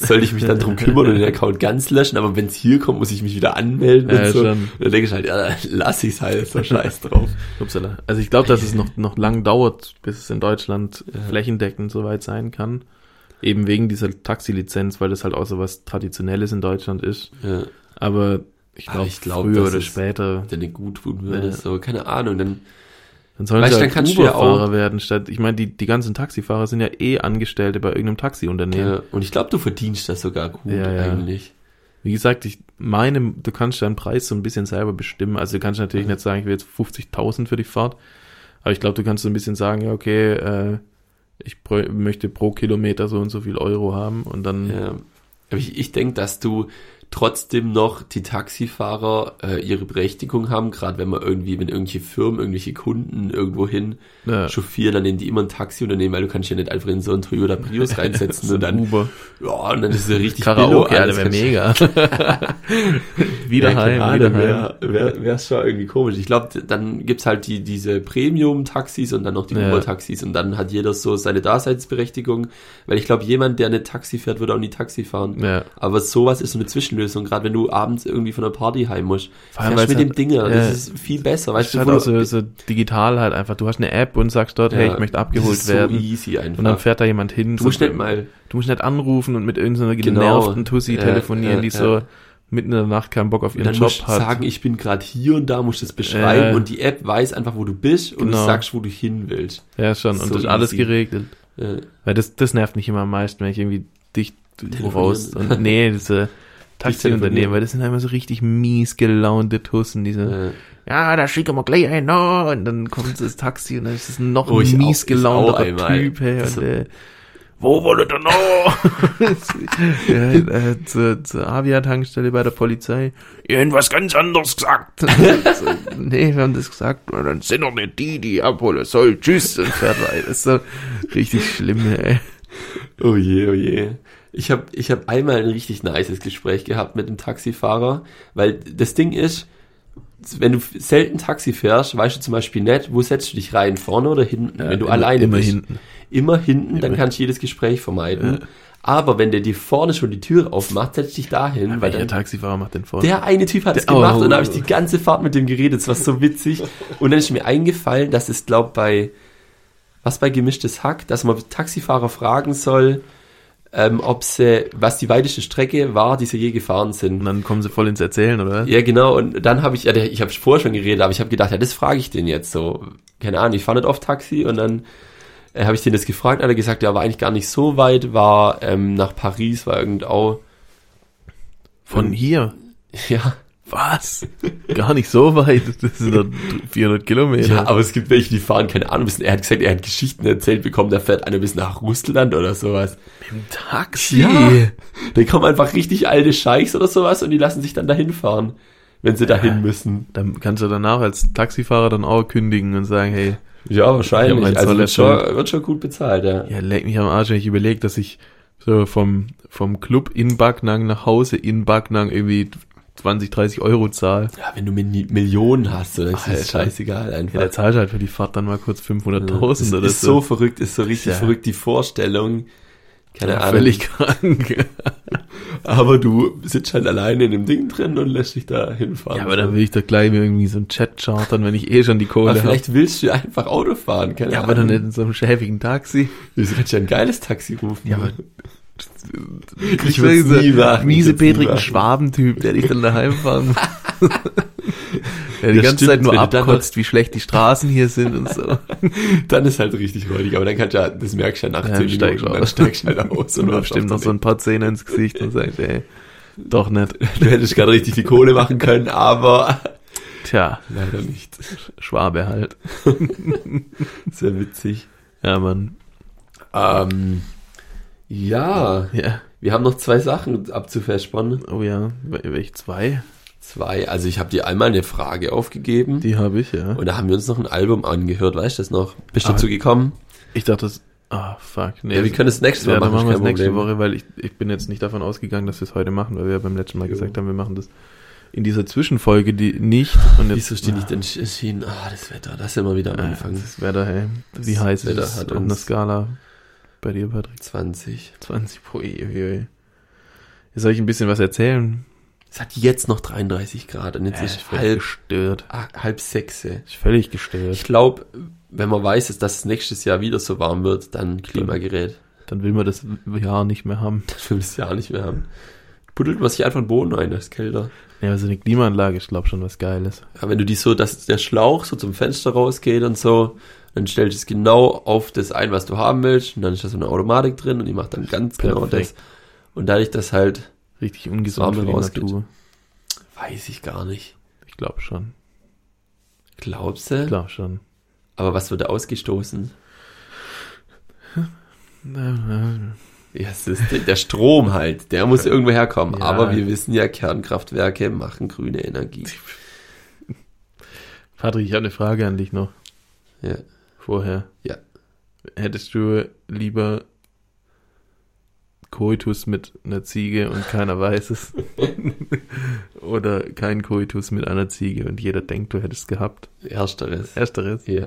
Sollte ich mich dann drum kümmern und den Account ganz löschen? Aber wenn es hier kommt, muss ich mich wieder anmelden
Ja,
und so.
schon.
Dann denke ich halt, ja, dann lass ich's halt, so
*laughs*
scheiß drauf.
Upsala. Also ich glaube, dass es noch, noch lang dauert, bis es in Deutschland
Äh.
äh,
Ja.
flächendeckend soweit sein kann. Eben wegen dieser Taxilizenz, weil das halt auch so was Traditionelles in Deutschland ist.
Ja,
Aber ich
Aber
glaube,
Ah, ich glaub,
früher
das
oder
ist-
später.
wenn dir gut tun würde,
Ja.
so, keine Ahnung. Dann,
Dann sollen
Weißt
sie
du,
halt
dann kannst du ja
Uberfahrer werden, statt, ich meine, die, die ganzen Taxifahrer sind ja eh Angestellte bei irgendeinem Taxiunternehmen.
ja. äh, Und ich glaube, du verdienst das sogar gut
Ja, ja.
eigentlich.
Wie gesagt, ich meine, du kannst deinen Preis so ein bisschen selber bestimmen. Also du kannst natürlich nicht sagen, ich will jetzt 50.000 für die Fahrt. Aber ich glaube, du kannst so ein bisschen sagen, ja, okay, äh, ich brö- möchte pro Kilometer so und so viel Euro haben und dann, ja,
Ja. Ähm, Aber ich, ich denke, dass du trotzdem noch die Taxifahrer äh, ihre Berechtigung haben, gerade wenn man irgendwie, wenn irgendwelche Firmen, irgendwelche Kunden irgendwo hin
ja,
chauffieren, dann nehmen die immer ein Taxiunternehmen, weil du kannst ja nicht einfach in so einen
*laughs*
Toyota Prius reinsetzen und dann,
Uber,
ja, und dann ist es richtig
Karaoke,
alles
alle wäre
kannst-
*laughs* mega. wieder
Ja, keine
heim, wieder
Ahnung,
heim.
wär, wär, wär's schon irgendwie komisch. Ich glaube, dann gibt's halt die, diese Premium-Taxis und dann noch die
Ja.
Uber-Taxis und dann hat jeder so seine Daseinsberechtigung, weil ich glaube, jemand, der nicht Taxi fährt, wird auch nie Taxi fahren.
Ja.
Aber sowas ist so eine Zwischenlösung, gerade wenn du abends irgendwie von der Party heim musst.
Vor allem, weil's
Fährst mit dem
halt- ja.
Dinger, das ist viel besser.
Weißt
Weißt
du,
du,
halt
wo
auch
du-
so, so digital halt einfach. Du hast eine App und sagst dort, hey,
Ja,
ich möchte
das
abgeholt
ist so
werden.
easy einfach.
Und dann fährt da jemand hin.
du
so-
musst nicht mal,
Du musst nicht anrufen und mit irgendeiner
Genau.
genervten Tussi
Ja,
telefonieren,
ja,
die
ja.
so mitten in der Nacht keinen Bock auf ihren
dann
Job
musst du
hat.
sagen, ich bin gerade hier und da, musst du es beschreiben
Ja.
und die App weiß einfach, wo du bist und du
Genau.
sagst, wo du hin willst.
ja, schon. Und
so
das ist alles
easy.
geregelt.
Äh,
Weil das, das nervt mich immer am meisten, wenn ich irgendwie dich woraus. Und, nee, diese Taxiunternehmen, weil das sind halt immer so richtig mies gelaunte Tussen, diese.
Äh,
Ja, da schicken wir gleich einen an. Und dann kommt das Taxi und dann ist es noch
Oh, ich
ein
auch-
mies
ich auch
gelaunter
einmal.
Typ. Hey,
Das-
und, äh, wo wollt ihr noch? *laughs* ja, äh, zur, zur Avia-Tankstelle bei der Polizei. Ihr habt was ganz anderes gesagt. *laughs* so, nee, wir haben das gesagt. Und dann sind doch nicht die, die ich abholen soll. Tschüss. Und fährt rein. Das ist so richtig schlimm, ey.
Oh je, oh je. Ich habe ich hab einmal ein richtig nices Gespräch gehabt mit einem Taxifahrer, weil das Ding ist, wenn du selten Taxi fährst, weißt du zum Beispiel nicht, wo setzt du dich rein, vorne oder hinten, wenn du
immer-
alleine
immer
bist.
hinten.
Immer hinten, dann
Immer.
kannst du jedes Gespräch vermeiden. Aber wenn der dir vorne schon die Tür aufmacht, setz dich dahin, weil
der
dann
Taxifahrer macht den Vorteil.
der eine Typ hat es
Der-
gemacht
oh.
und da habe ich die ganze Fahrt mit dem geredet. Das war so witzig. Und dann ist mir eingefallen, dass es, glaube bei, was bei gemischtes Hack, dass man Taxifahrer fragen soll, ähm, ob sie, was die weiteste Strecke war, die sie je gefahren
Und
sind.
dann kommen sie voll ins Erzählen, oder?
Ja, genau. Und dann habe ich, ja, der- ich habe vorher schon geredet, aber ich habe gedacht, ja, das frage ich den jetzt so. Keine Ahnung, ich fahre nicht oft Taxi und dann äh, habe ich den das gefragt. Hat er gesagt, ja, war eigentlich gar nicht so weit, war ähm, nach Paris, war irgend auch, *laughs*
Von hier.
ja.
Was? Gar nicht so weit. Das sind *laughs* doch 400 Kilometer.
Ja, aber es gibt welche, die fahren, keine Ahnung, bis- er hat gesagt, er hat Geschichten erzählt bekommen, da fährt einer bis nach Russland oder sowas.
Im Taxi.
Da kommen einfach richtig alte Scheichs oder sowas und die lassen sich dann dahin fahren, wenn sie dahin müssen.
Dann kannst du danach als Taxifahrer dann auch kündigen und sagen, hey,
Ja,
Ja,
wahrscheinlich.
mein
also
Zoll
wird
ist
schon, wird schon gut bezahlt, ja.
ja, leck mich am Arsch, wenn ich überlege, dass ich so vom, vom Club in Backnang nach Hause in Backnang irgendwie 20, 30 Euro zahle.
Ja, wenn du Mil- Millionen hast, so, ist das
Alter.
scheißegal
Ja,
einfach.
da zahlst du halt für die Fahrt dann mal kurz 500.000
ist,
oder
ist so
so.
verrückt, ist so richtig
Ja.
verrückt, die Vorstellung. Keine Ahnung.
völlig krank.
Aber du sitzt halt alleine in dem Ding drin und lässt dich da hinfahren.
Ja, aber dann will ich doch gleich mir irgendwie so einen Chat chartern, wenn ich eh schon die
Aber
Kohle habe.
vielleicht willst du einfach Auto fahren, keine
Ja,
Ahnung.
aber dann nicht in so einem schäbigen Taxi.
Du solltest ja ein geiles Taxi rufen.
Ja, aber
ich
Ich
würde
will
es
so
nie machen.
miese,
ich würd's nie
petrigen
machen.
Schwabentyp, der dich dann daheim fahren muss.
*laughs*
Der die
Das
ganze
stimmt,
Zeit nur
wenn du dann
abkotzt, wie schlecht die Straßen hier sind und
*laughs*
so.
Dann ist halt richtig räudig, aber dann kannst du ja, das merkst du ja nach
Ja,
10
dann steigst
Minuten,
du
dann
aus.
steigst du
*laughs*
halt aus.
Und du
läufst
bestimmt noch
auf
so
den
ein paar Zähne ins Gesicht und sagst, ey, doch nicht.
Weg. Du hättest gerade richtig viel Kohle machen können, aber *laughs*
Tja,
leider nicht.
Schwabe halt.
Sehr witzig.
Ja, Mann.
Ähm, ja,
Ja.
wir haben noch zwei Sachen abzufestspannen.
Oh ja, wel- welche zwei?
Zwei, also ich habe dir einmal eine Frage aufgegeben
Die habe ich, ja.
und da haben wir uns noch ein Album angehört, weißt du das noch? Bist du
Aber-
dazu gekommen?
Ich dachte, das- ah, fuck. Ah, Nee,
Ja, wir können es nächstes Mal
ja, dann
machen,
machen
ist
wir es
kein
nächste
Problem.
Woche, weil ich, ich bin jetzt nicht davon ausgegangen, dass wir es heute machen, weil wir ja beim letzten Mal
Jo.
gesagt haben, wir machen das in dieser Zwischenfolge die nicht. Und jetzt,
Wieso steht nicht entsch- entschieden? Ah, das Wetter, das ist immer wieder am
Ah,
Anfang.
Das Wetter, hey. Wie
Das
heiß ist
Wetter
es
hat
auf
uns-
einer Skala bei dir, Patrick?
20.
20, ui,
E,
ui, ui. Jetzt soll ich ein bisschen was erzählen.
Es hat jetzt noch 33 Grad und jetzt
Äh,
ist
völlig
halb,
gestört.
ah, halb sechse.
Ist völlig
Ich
gestört.
glaube, wenn man weiß, dass das nächstes Jahr wieder so warm wird, dann Klimagerät. *laughs*
Dann will man das Jahr nicht mehr haben.
Das will das Jahr nicht mehr haben. Buddelt man sich einfach den Boden ein, das ist kälter.
Ja, aber so eine Klimaanlage ist, glaube schon was Geiles.
Ja, wenn du die so, dass der Schlauch so zum Fenster rausgeht und so, dann stellst du es genau auf das ein, was du haben willst. Und dann ist da so eine Automatik drin und die macht dann ganz genau das.
Perfekt.
Und dadurch das halt,
Richtig ungesund
Warme
für die
rausgeht.
Natur.
weiß ich gar nicht.
Ich glaube schon.
Glaubst du?
Ich glaube schon.
Aber was wird da ausgestoßen? Ja, es ist der- der Strom halt, der muss irgendwo herkommen.
Ja.
Aber wir wissen ja, Kernkraftwerke machen grüne Energie.
Patrick, ich habe eine Frage an dich noch.
Ja.
Vorher.
Ja.
Hättest du lieber Koitus mit einer Ziege und keiner weiß es?
*laughs*
Oder kein Koitus mit einer Ziege und jeder denkt, du hättest es gehabt?
Ersteres.
Ersteres.
Ja.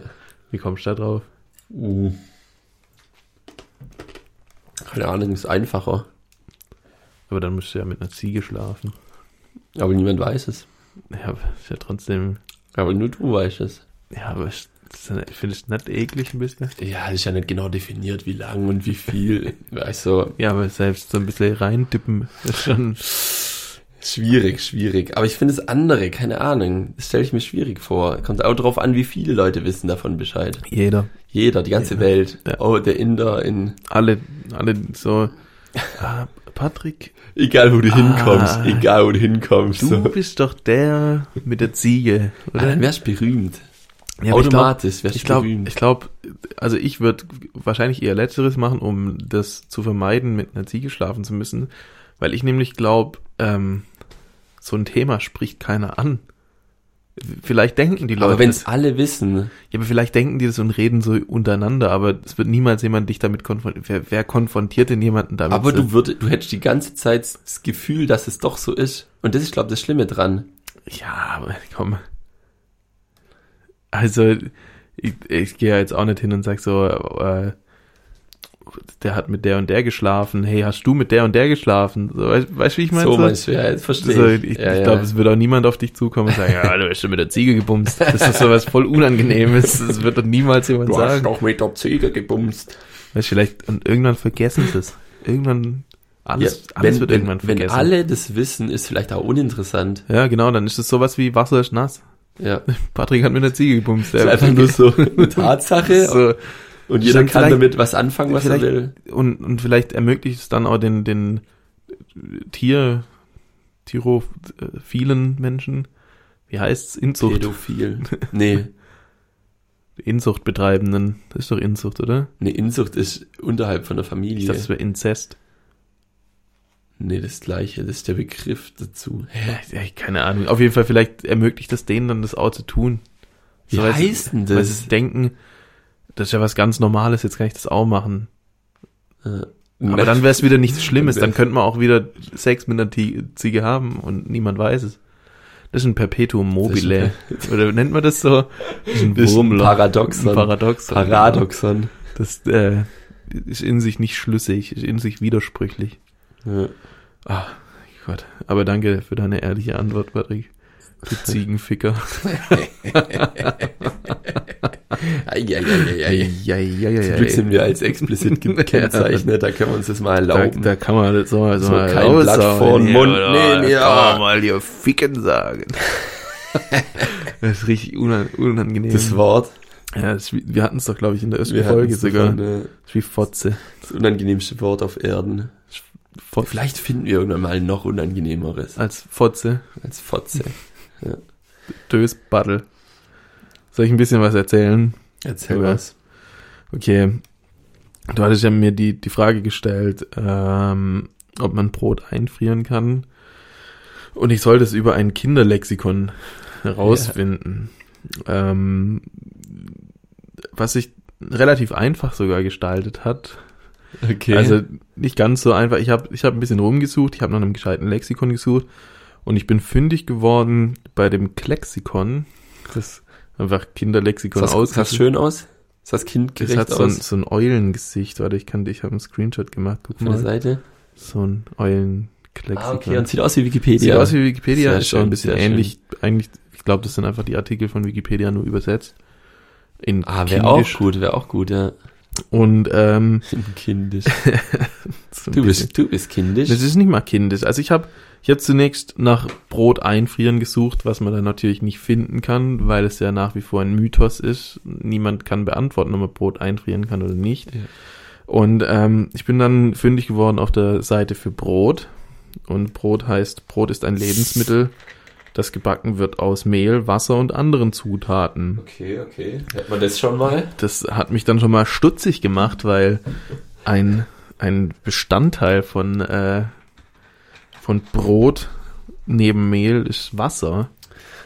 Wie kommst du da drauf?
Uh. Keine Ahnung, ist einfacher.
Aber dann musst du ja mit einer Ziege schlafen.
Aber niemand weiß es.
Ja, aber ist ja trotzdem.
Aber nur du weißt es.
Ja, aber ist- ist ja- findest du nicht eklig ein bisschen?
Ja, das ist ja nicht genau definiert, wie lang und wie viel. *laughs* weißt du,
Ja, aber selbst so ein bisschen reindippen ist schon.
schwierig, schwierig. Aber ich finde es andere, keine Ahnung. Das stelle ich mir schwierig vor. Kommt auch drauf an, wie viele Leute wissen davon Bescheid.
Jeder.
Jeder, die ganze
Ja.
Welt.
Ja.
Oh, der Inder in
Alle, alle so Ah, Patrick,
Egal wo du hinkommst,
Ah.
egal wo du hinkommst.
du
so.
bist doch der mit der Ziege,
Ah,
oder?
dann wärst du berühmt.
Ja, aber ich glaub-
Automatisch wärst
Ich
du
glaube,
berühmt.
ich glaube, also ich würde wahrscheinlich eher Letzteres machen, um das zu vermeiden, mit einer Ziege schlafen zu müssen, weil ich nämlich glaube, ähm, so ein Thema spricht keiner an. Vielleicht denken die Leute,
aber wenn es alle wissen,
ja, aber vielleicht denken die das und reden so untereinander, aber es wird niemals jemand dich damit konfrontiert. Wer, wer konfrontiert denn jemanden damit?
aber du würdest, du hättest die ganze Zeit das Gefühl, dass es doch so ist. Und das ist, glaube ich, das Schlimme dran.
Ja, aber komm. Also, ich, ich gehe ja jetzt auch nicht hin und sag so, äh, der hat mit der und der geschlafen. Hey, hast du mit der und der geschlafen? So, weißt weißt du, wie ich meine?
so
So,
meinst du, ja, jetzt verstehe
so,
ich.
ich ich
ja, ja.
glaube, es wird auch niemand auf dich zukommen und sagen, ja, du hast schon mit der Ziege gebumst. Das ist sowas voll Unangenehmes. Das wird doch niemals jemand
du hast
sagen.
doch mit der Ziege gebumst.
Weißt du, vielleicht, und irgendwann vergessen sie es. Irgendwann, alles,
Ja,
alles wird
wenn,
irgendwann
wenn,
vergessen.
Wenn alle das wissen, ist vielleicht auch uninteressant.
ja, genau, dann ist es sowas wie Wasser ist nass. *laughs*
Ja.
Patrick hat mit der Ziege gebumst.
ist
Ja,
einfach nur so eine Tatsache
so.
und jeder
Stimmt,
kann
vielleicht-
damit was anfangen, was er
vielleicht-
will.
Und, und vielleicht ermöglicht es dann auch den, den Tier, Tiro, äh, vielen Menschen, wie heißt's, Inzucht,
Pädophil.
*laughs*
Nee,
Inzucht betreibenden. Das ist doch Inzucht, oder?
eine Inzucht ist unterhalb von der
Ich
Familie.
dachte, das wäre Inzest.
nee, das gleiche, das ist der Begriff dazu.
Ja, ja, keine Ahnung. Auf jeden Fall, vielleicht ermöglicht es denen dann das auch zu tun.
Wie
weil sie-
heißt denn
Weil
das?
sie denken, das ist ja was ganz Normales, jetzt kann ich das auch machen.
äh,
Aber dann wäre es wieder nichts Schlimmes, dann könnte man auch wieder Sex mit einer Ti- Ziege haben und niemand weiß es. Das ist ein Perpetuum mobile. *laughs* Oder nennt man das so? Das ist ein
Das ist ein
Wurmloch.
Paradoxon.
Ein Paradoxon. genau.
Paradoxon.
Das äh, ist in sich nicht schlüssig, ist in sich widersprüchlich.
Ja.
Ah, Gott. Aber danke für deine ehrliche Antwort, Patrick. *laughs* Du Ziegenficker.
Eieieiei.
ja, ja, ja,
Zum Glück sind wir
*laughs*
als explizit gekennzeichnet, da können wir uns das mal
Da,
erlauben.
da kann man das so mal, so
So
mal
kein Blatt
raushauen.
vor den
Ja,
Mund
oder?
nehmen,
Da
ja.
Kann man mal hier Ficken
*laughs*
sagen. das ist richtig unan unangenehm.
das Wort.
ja, das ist wie, wir hatten es doch, glaube ich, in der ersten
wir
Folge
hatten's
sogar.
davon, äh,
Das ist wie Fotze.
Das unangenehmste Wort auf Erden.
Fotze.
Vielleicht finden wir irgendwann mal ein noch unangenehmeres
Als Fotze.
als Fotze.
Dösbattel. Soll ich ein bisschen was erzählen?
Erzähl
Ja.
was.
Okay. Du hattest ja mir die, die Frage gestellt, ähm, ob man Brot einfrieren kann. Und ich sollte es über ein Kinderlexikon herausfinden. Ähm, was sich relativ einfach sogar gestaltet hat.
Okay.
Also nicht ganz so einfach. Ich habe ich hab ein bisschen rumgesucht, ich habe nach einem gescheiten Lexikon gesucht und ich bin fündig geworden bei dem Klexikon. Das einfach Kinderlexikon
sah
aus.
sah schön aus? Sah das
Es
kindgerecht
hat so ein,
aus?
so ein Eulengesicht, warte, ich kann, ich habe einen Screenshot gemacht, guck
Von der
mal.
Seite?
So ein Eulenklexiker.
Ah, okay. Und sieht aus wie Wikipedia.
Sieht aus wie Wikipedia,
Sehr
ist schon
schön,
ein bisschen
sehr
ähnlich. Eigentlich, ich glaube, das sind einfach die Artikel von Wikipedia nur übersetzt. In
ah, wäre auch gut, wäre auch gut, ja.
Und ähm,
*laughs* Kindisch.
so ein
Du
bisschen-
bist, du bist kindisch.
Das ist nicht mal kindisch. Also ich habe ich hab zunächst nach Brot einfrieren gesucht, was man dann natürlich nicht finden kann, weil es ja nach wie vor ein Mythos ist. Niemand kann beantworten, ob man Brot einfrieren kann oder nicht.
Ja.
Und ähm, ich bin dann fündig geworden auf der Seite für Brot. Und Brot heißt, Brot ist ein Lebensmittel, das gebacken wird aus Mehl, Wasser und anderen Zutaten.
Okay, okay. Hat man das schon mal?
Das hat mich dann schon mal stutzig gemacht, weil ein, ein Bestandteil von, äh, von Brot neben Mehl ist Wasser.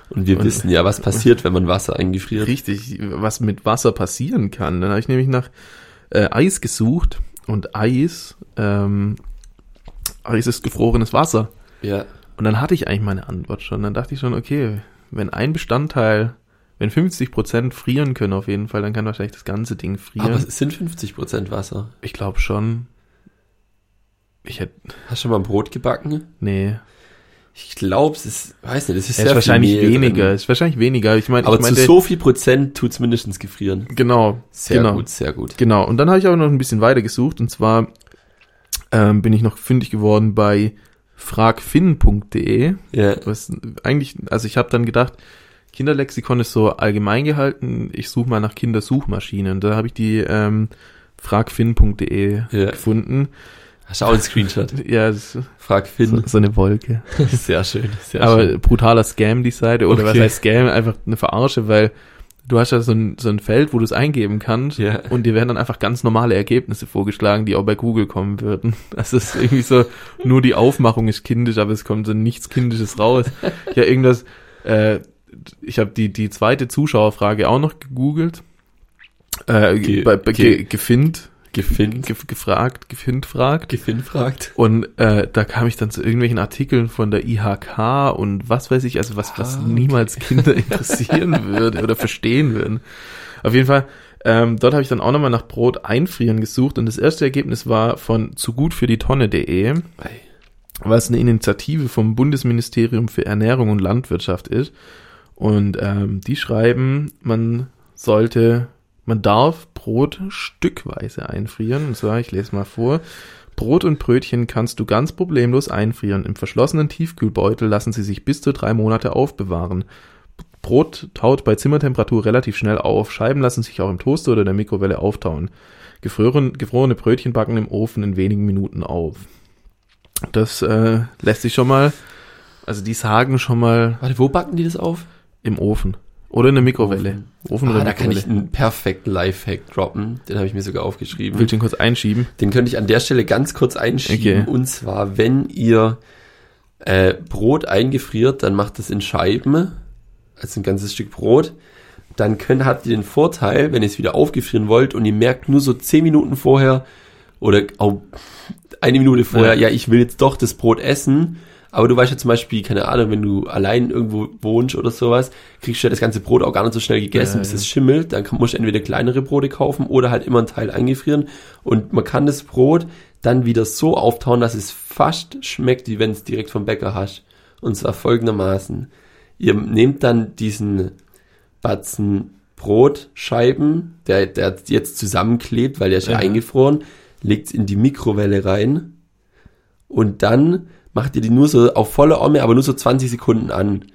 Und wir
Und-
wissen ja, *laughs* was passiert, wenn man Wasser eingefriert.
Richtig, was mit Wasser passieren kann. Dann habe ich nämlich nach äh, Eis gesucht und Eis, ähm, Eis ist gefrorenes Wasser.
Ja.
Und dann hatte ich eigentlich meine Antwort schon. Dann dachte ich schon, okay, wenn ein Bestandteil, wenn 50% frieren können auf jeden Fall, dann kann wahrscheinlich das ganze Ding frieren.
Aber es Ah, sind 50% Wasser.
Ich glaube schon. Ich hätte.
Hast du schon mal Brot gebacken?
Nee.
Ich glaube, es ist, weiß nicht, es ist
Es ist
viel
wahrscheinlich
Mehl drin.
weniger. Es ist wahrscheinlich weniger. Ich meine,
Aber
ich
zu
meinte-
so viel Prozent tut's mindestens gefrieren.
Genau.
Sehr
genau.
gut, sehr gut.
Genau. Und dann habe ich auch noch ein bisschen weiter gesucht. Und zwar ähm, bin ich noch fündig geworden bei fragfin.de.
Ja.
Was eigentlich, also ich habe dann gedacht, Kinderlexikon ist so allgemein gehalten. Ich suche mal nach Kindersuchmaschinen. Da habe ich die ähm, fragfin.de
Ja.
gefunden.
Hast du auch einen Screenshot?
Ja, das ist
Frag
so, *laughs*
Finn.
so eine Wolke.
Sehr schön, sehr
Aber
schön.
brutaler Scam, die Seite. Oder was
Okay.
heißt Scam? Einfach eine Verarsche, weil du hast ja so ein, so ein Feld, wo du es eingeben kannst.
Ja.
Und dir werden dann einfach ganz normale Ergebnisse vorgeschlagen, die auch bei Google kommen würden. *laughs* Das ist irgendwie so, nur die Aufmachung ist kindisch, aber es kommt so nichts Kindisches raus. Ja, irgendwas, äh, ich habe die, die zweite Zuschauerfrage auch noch gegoogelt. Äh,
Ge-
bei, bei,
ge-
ge, gefind,
Gefinn,
ge, gefragt, gefind fragt.
Gefinn fragt.
Und äh, da kam ich dann zu irgendwelchen Artikeln von der IHK und was weiß ich, also was, was
Ah, okay.
niemals
*laughs*
Kinder interessieren würde oder verstehen würden. Auf jeden Fall, ähm, dort habe ich dann auch nochmal nach Brot einfrieren gesucht und das erste Ergebnis war von zu gut für die Tonne.de,
Ei.
was eine Initiative vom Bundesministerium für Ernährung und Landwirtschaft ist. Und ähm, die schreiben, man sollte, man darf Brot stückweise einfrieren. Und zwar, ich lese mal vor. Brot und Brötchen kannst du ganz problemlos einfrieren. Im verschlossenen Tiefkühlbeutel lassen sie sich bis zu drei Monate aufbewahren. Brot taut bei Zimmertemperatur relativ schnell auf. Scheiben lassen sich auch im Toaster oder der Mikrowelle auftauen. Gefroren, gefrorene Brötchen backen im Ofen in wenigen Minuten auf. Das äh, lässt sich schon mal, also die sagen schon mal
Warte, wo backen die das auf?
im Ofen. Oder in der Mikrowelle. Ofen,
Ah,
oder
da kann ich
Mikrowelle.
einen perfekten Lifehack droppen. Den habe ich mir sogar aufgeschrieben.
Willst du ihn kurz einschieben?
Den könnte ich an der Stelle ganz kurz
Okay.
einschieben. Und zwar, wenn ihr äh, Brot eingefriert, dann macht es in Scheiben, also ein ganzes Stück Brot. Dann könnt, habt ihr den Vorteil, wenn ihr es wieder aufgefrieren wollt und ihr merkt nur so 10 Minuten vorher oder auch eine Minute vorher, ja, ich will jetzt doch das Brot essen. Aber du weißt ja zum Beispiel, keine Ahnung, wenn du allein irgendwo wohnst oder sowas, kriegst du ja das ganze Brot auch gar nicht so schnell gegessen,
Ja,
bis
ja.
es schimmelt. Dann kann- musst du entweder kleinere Brote kaufen oder halt immer einen Teil eingefrieren. Und man kann das Brot dann wieder so auftauen, dass es fast schmeckt, wie wenn es direkt vom Bäcker hast. Und zwar folgendermaßen. Ihr nehmt dann diesen Batzen Brotscheiben, der, der jetzt zusammenklebt, weil der ist ja,
Ja.
eingefroren, legt in die Mikrowelle rein und dann macht ihr die nur so auf volle Omme, aber nur so 20 Sekunden an.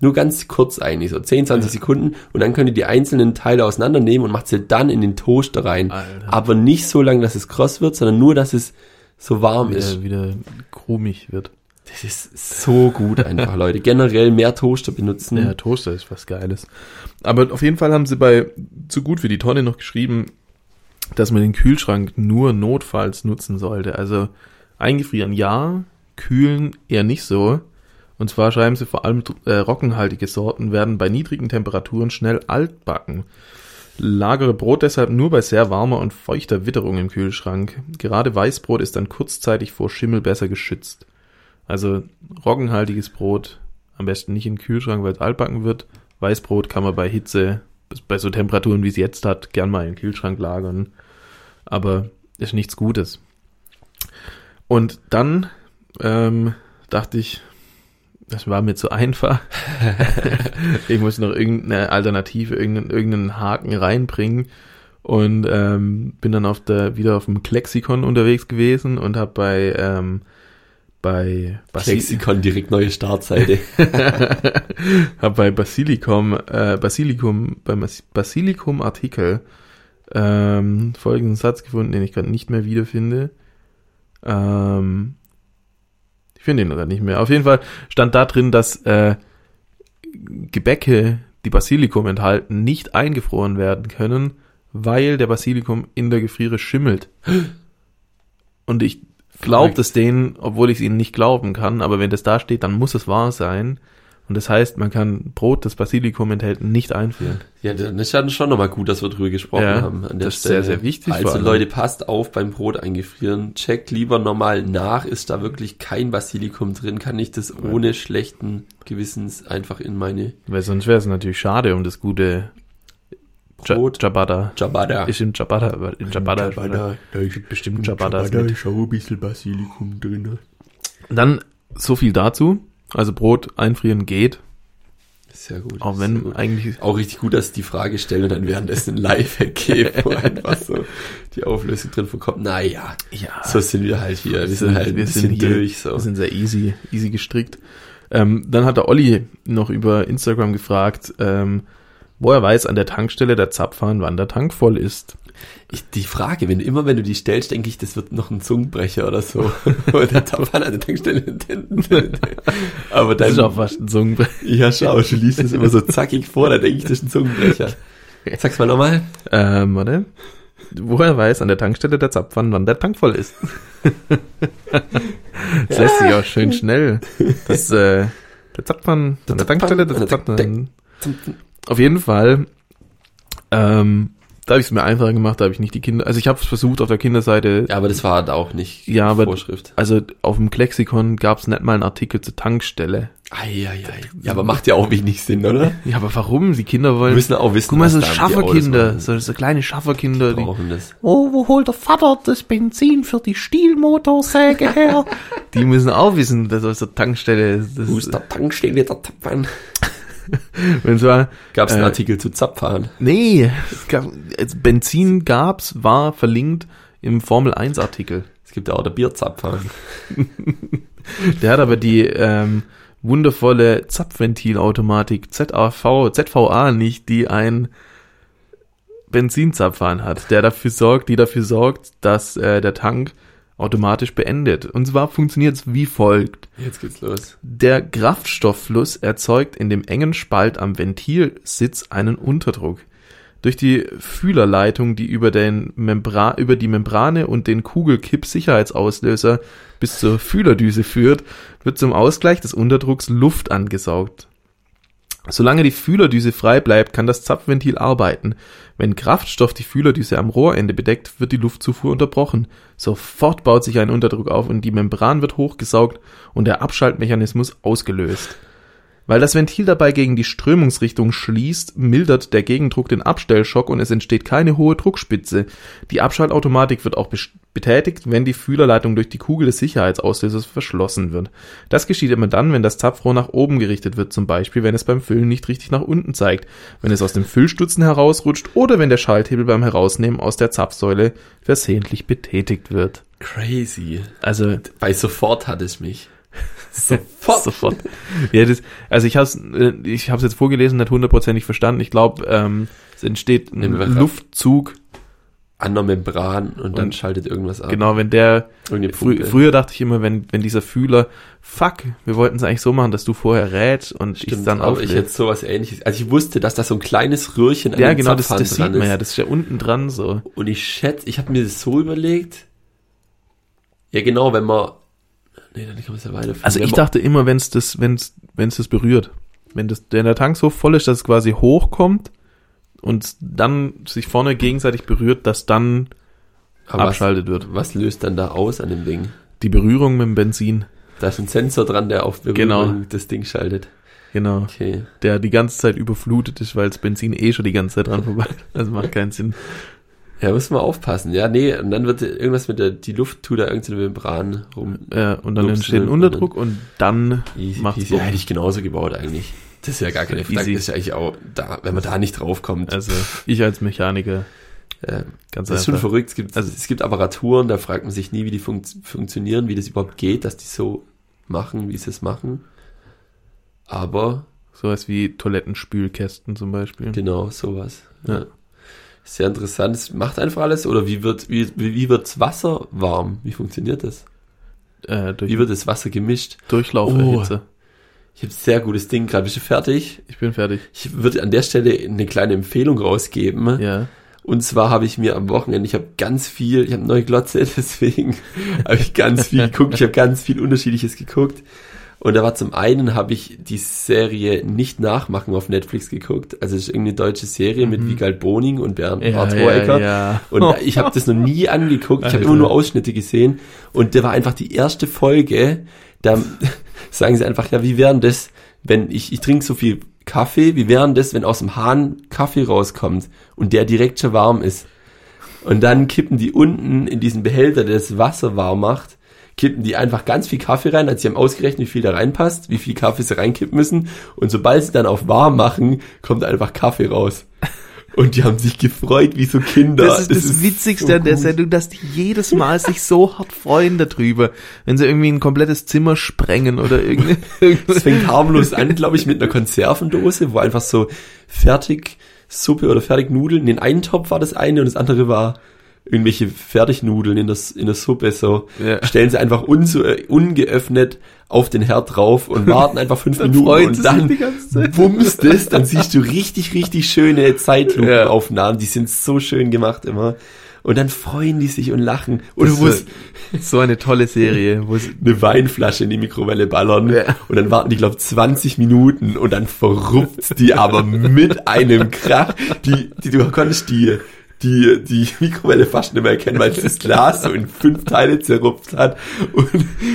Nur ganz kurz eigentlich, so 10, 20 Sekunden und dann könnt ihr die einzelnen Teile auseinandernehmen und macht sie dann in den Toaster rein.
Alter.
Aber nicht so lange, dass es kross wird, sondern nur, dass es so warm ist.
Wieder, wieder krumig wird.
Das ist so gut einfach, *laughs* Leute. Generell mehr Toaster benutzen.
Ja, Toaster ist was Geiles. Aber auf jeden Fall haben sie bei zu gut für die Tonne noch geschrieben, dass man den Kühlschrank nur notfalls nutzen sollte. Also eingefrieren ja, kühlen eher nicht so. Und zwar schreiben sie vor allem äh, roggenhaltige Sorten werden bei niedrigen Temperaturen schnell altbacken. Lagere Brot deshalb nur bei sehr warmer und feuchter Witterung im Kühlschrank. Gerade Weißbrot ist dann kurzzeitig vor Schimmel besser geschützt. Also roggenhaltiges Brot am besten nicht im Kühlschrank, weil es altbacken wird. Weißbrot kann man bei Hitze, bis- bei so Temperaturen, wie es jetzt hat, gern mal im Kühlschrank lagern. Aber ist nichts Gutes. Und dann ähm, dachte ich, das war mir zu einfach. ich muss noch irgendeine Alternative, irgendeinen, irgendeinen Haken reinbringen. Und ähm, bin dann auf der, wieder auf dem Klexikon unterwegs gewesen und habe bei, ähm, bei Basi-
Lexikon direkt neue Startseite.
*laughs* habe bei Basilikum, äh, Basilikum, beim Bas- Basilikum-Artikel ähm, folgenden Satz gefunden, den ich gerade nicht mehr wiederfinde. Ähm, ich finde ihn gerade nicht mehr. Auf jeden Fall stand da drin, dass äh, Gebäcke, die Basilikum enthalten, nicht eingefroren werden können, weil der Basilikum in der Gefriere schimmelt. Und ich glaube
Verrückt.
es denen, obwohl ich es ihnen nicht glauben kann, aber wenn das da steht, dann muss es wahr sein. Und das heißt, man kann Brot, das Basilikum enthält, nicht einfrieren.
ja, dann ist ja schon nochmal gut, dass wir drüber gesprochen
Ja,
haben. An der
das ist
Stelle.
sehr, sehr wichtig vor
Also
allem.
Leute, passt auf beim Brot eingefrieren. Checkt lieber nochmal nach, ist da wirklich kein Basilikum drin? Kann ich das ohne schlechten Gewissens einfach in meine
Weil sonst wäre es natürlich schade um das gute Ja-
Brot?
Ciabatta.
Ciabatta.
Ist im Ciabatta, in Ciabatta.
da ist
Bestimmt Ciabatta
Ciabatta,
ist mit.
ist auch ein bisschen Basilikum drin.
Dann so viel dazu. Also Brot einfrieren geht,
Sehr gut.
auch
sehr
wenn
gut.
eigentlich
Auch richtig gut, dass ich die Frage stelle und dann währenddessen
*laughs*
live ergebe, wo einfach so die Auflösung drin vorkommt. Naja,
ja,
so sind wir halt hier. Wir sind halt ein
wir
bisschen
hier,
durch. So.
Wir sind sehr easy, easy gestrickt. Ähm, dann hat der Olli noch über Instagram gefragt, ähm, wo er weiß, an der Tankstelle der Zapfhahn, wann der Tank voll ist.
Ich, die Frage, wenn immer wenn du die stellst, denke ich, das wird noch ein Zungenbrecher oder so. *laughs* Weil der Tappan an der Tankstelle. Aber
Das
dann,
ist auch fast ein Zungenbrecher.
ja, schau, du liest es immer so zackig vor, dann denke ich, das ist ein Zungenbrecher. Sag's mal nochmal.
Ähm, warte. Woher weiß an der Tankstelle der Zapfhahn, wann der Tank voll
*laughs*
ist? das lässt sich auch schön schnell. Das, äh, der Zapfhahn an der Tankstelle der Zapfhahn. Auf jeden Fall, ähm, da habe ich es mir einfacher gemacht, da habe ich nicht die Kinder, also ich habe es versucht auf der Kinderseite,
Ja, aber das war da auch nicht
Ja, aber-
Vorschrift.
also auf dem Klexikon gab es nicht mal einen Artikel zur Tankstelle.
Eieiei. Ja, aber macht ja auch wenig Sinn, oder?
Ja, aber warum? Die Kinder wollen...
Wir müssen auch wissen,
Äh, Guck mal, so
was da die Autos
Schafferkinder,
machen.
so, so kleine Schafferkinder, die,
brauchen das.
Oh, wo holt der Vater das Benzin für die Stielmotorsäge her? *laughs* die müssen auch wissen, dass aus der Tankstelle, das
Wo ist
ist,
der Tankstelle der Tappan?
wenn zwar,
Gab's einen
Äh,
Artikel zu Zapfhahn?
nee, es gab, es Benzin gab's, war verlinkt im Formel 1 Artikel.
Es gibt ja auch der Bierzapfhahn.
Der hat aber die, ähm, wundervolle Zapfventilautomatik ZAV, ZVA nicht, die ein Benzinzapfhahn hat, der dafür sorgt, die dafür sorgt, dass äh, der Tank automatisch beendet. Und zwar funktioniert es wie folgt.
Jetzt geht's los.
Der Kraftstofffluss erzeugt in dem engen Spalt am Ventilsitz einen Unterdruck. Durch die Fühlerleitung, die über, den Membra über die Membrane und den Kugelkipp-Sicherheitsauslöser bis zur Fühlerdüse führt, wird zum Ausgleich des Unterdrucks Luft angesaugt. Solange die Fühlerdüse frei bleibt, kann das Zapfventil arbeiten. Wenn Kraftstoff die Fühlerdüse am Rohrende bedeckt, wird die Luftzufuhr unterbrochen. Sofort baut sich ein Unterdruck auf und die Membran wird hochgesaugt und der Abschaltmechanismus ausgelöst. Weil das Ventil dabei gegen die Strömungsrichtung schließt, mildert der Gegendruck den Abstellschock und es entsteht keine hohe Druckspitze. Die Abschaltautomatik wird auch besch- betätigt, wenn die Fühlerleitung durch die Kugel des Sicherheitsauslösers verschlossen wird. Das geschieht immer dann, wenn das Zapfrohr nach oben gerichtet wird, zum Beispiel wenn es beim Füllen nicht richtig nach unten zeigt, wenn es aus dem Füllstutzen herausrutscht oder wenn der Schalthebel beim Herausnehmen aus der Zapfsäule versehentlich betätigt wird.
Crazy.
Also
Bei sofort hatte ich mich. Sofort.
Sofort. Ja, das, also ich habe es ich hab's jetzt vorgelesen, nicht hundertprozentig verstanden. Ich glaube, ähm, es entsteht ein
Nehmen wir-
Luftzug.
An der Membran und dann
Und-
schaltet irgendwas ab.
Genau, wenn der,
Irgendeine
frü
Pumpe.
früher dachte ich immer, wenn, wenn dieser Fühler, fuck, wir wollten es eigentlich so machen, dass du vorher rät und ich
Stimmt,
dann
aber ich
auflege.
jetzt sowas ähnliches. Also ich wusste, dass da so ein kleines Röhrchen an
Ja,
dem
genau, das,
Zapfhahn
das sieht
dran
man ja,
ist.
das ist ja unten dran so.
Und ich schätze, ich habe mir das so überlegt. Ja, genau, wenn man. Nee, dann kann man es ja weiterführen.
Also
wenn
ich
man,
dachte immer, wenn es das, wenn's, wenn's das berührt, wenn, das, wenn der Tank so voll ist, dass es quasi hochkommt und dann sich vorne gegenseitig berührt, dass dann
aber
abschaltet wird.
was, was löst dann da aus an dem Ding?
Die Berührung mit dem Benzin.
Da ist ein Sensor dran, der auf Berührung
Genau.
das Ding schaltet.
Genau.
Okay.
Der die ganze Zeit überflutet ist, weil das Benzin eh schon die ganze Zeit dran vorbei. Das macht keinen Sinn.
Ja, muss man aufpassen. Ja, nee, und dann wird irgendwas mit der, die Luft tut da irgendeine Membran rum.
Äh, und dann
Ups,
entsteht ein
ne,
Unterdruck und dann
Easy
macht's
peasy. Ja,
bumm.
hätte ich genauso gebaut eigentlich. Das ist ja gar keine
Easy.
Frage. Das ist ja eigentlich auch da, wenn man da nicht draufkommt.
Also ich als Mechaniker
äh,
ganz
das ist schon
einfach.
verrückt. Es gibt, also, es gibt Apparaturen, da fragt man sich nie, wie die funkt- funktionieren, wie das überhaupt geht, dass die so machen, wie sie es machen. Aber
Sowas wie Toilettenspülkästen zum Beispiel.
genau, sowas.
Ja.
Ja. Sehr interessant. Es macht einfach alles. Oder wie wird wie, wie wie wird's Wasser warm? Wie funktioniert das?
Äh, durch
Wie wird Oh. das Wasser gemischt?
Durchlauferhitze.
Ich habe sehr gutes Ding gerade. Bist du fertig?
Ich bin fertig.
Ich würde an der Stelle eine kleine Empfehlung rausgeben.
Ja.
Und zwar habe ich mir am Wochenende, ich habe ganz viel, ich habe eine neue Glotze, *laughs* deswegen habe ich ganz viel geguckt. Ich habe ganz viel Unterschiedliches geguckt. Und da war zum einen, habe ich die Serie Nicht nachmachen auf Netflix geguckt. Also es ist irgendeine deutsche Serie mit Wiegald Boning und Bernd
Mhm. Ja,
Bart
ja,
Hohecker.
ja.
Und ich habe das noch nie angeguckt, ich habe
Alter.
immer nur Ausschnitte gesehen. Und da war einfach die erste Folge, da *laughs* sagen sie einfach, ja, wie wären das, wenn ich, ich trinke so viel Kaffee, wie wären das, wenn aus dem Hahn Kaffee rauskommt und der direkt schon warm ist? Und dann kippen die unten in diesen Behälter, der das Wasser warm macht, kippen die einfach ganz viel Kaffee rein. Also sie haben ausgerechnet, wie viel da reinpasst, wie viel Kaffee sie reinkippen müssen. Und sobald sie dann auf warm machen, kommt einfach Kaffee raus. Und die haben sich gefreut, wie so Kinder.
Das ist das, Witzigste an der
gut.
Sendung, dass die jedes Mal sich so hart freuen darüber, wenn sie irgendwie ein komplettes Zimmer sprengen oder
*laughs*
irgendeine.
*laughs*
Es fängt harmlos an, glaube ich, mit einer Konservendose, wo einfach so fertig Suppe oder Fertignudeln. In den einen Topf war das eine und das andere war irgendwelche Fertignudeln in, das, in der Suppe. So
Ja.
stellen sie einfach unzu- äh, ungeöffnet auf den Herd drauf
*laughs*
und warten einfach fünf Minuten
freut sie
und
sich
dann
die ganze Zeit.
wummst es, dann siehst du richtig, richtig schöne Zeitlupenaufnahmen. Die sind so schön gemacht immer. Und dann freuen die sich und lachen. Und
Das
du musst,
So eine tolle Serie, wo es
eine Weinflasche in die Mikrowelle ballern
Ja.
und dann warten die, glaube 20 Minuten und dann verrupft die aber mit einem Krach. Die, die, du konntest die, die, die Mikrowelle fast nicht mehr erkennen, weil das Glas so in fünf Teile zerrupft hat und,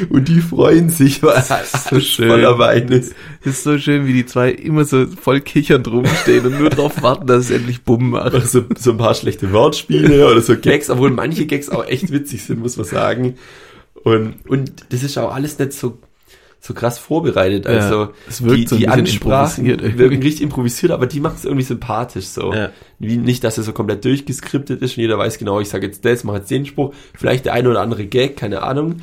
und die freuen sich, weil
ist so
alles
schön.
voller Wein ist.
ist so schön, wie die zwei immer so voll kichernd rumstehen und nur darauf warten, dass es endlich Bumm macht.
Oder so, so ein paar schlechte Wortspiele oder so Gags, obwohl manche Gags auch echt witzig sind, muss man sagen. Und, und das ist auch alles nicht so, so krass vorbereitet.
Ja,
Also
es wirkt
die,
so ein
die
bisschen
Ansprachen
improvisiert irgendwie.
wirken richtig improvisiert, aber die machen es irgendwie sympathisch so.
Ja.
Wie, nicht, dass es so komplett durchgeskriptet ist und jeder weiß genau, ich sage jetzt das, mache jetzt den Spruch, vielleicht der eine oder andere Gag, keine Ahnung.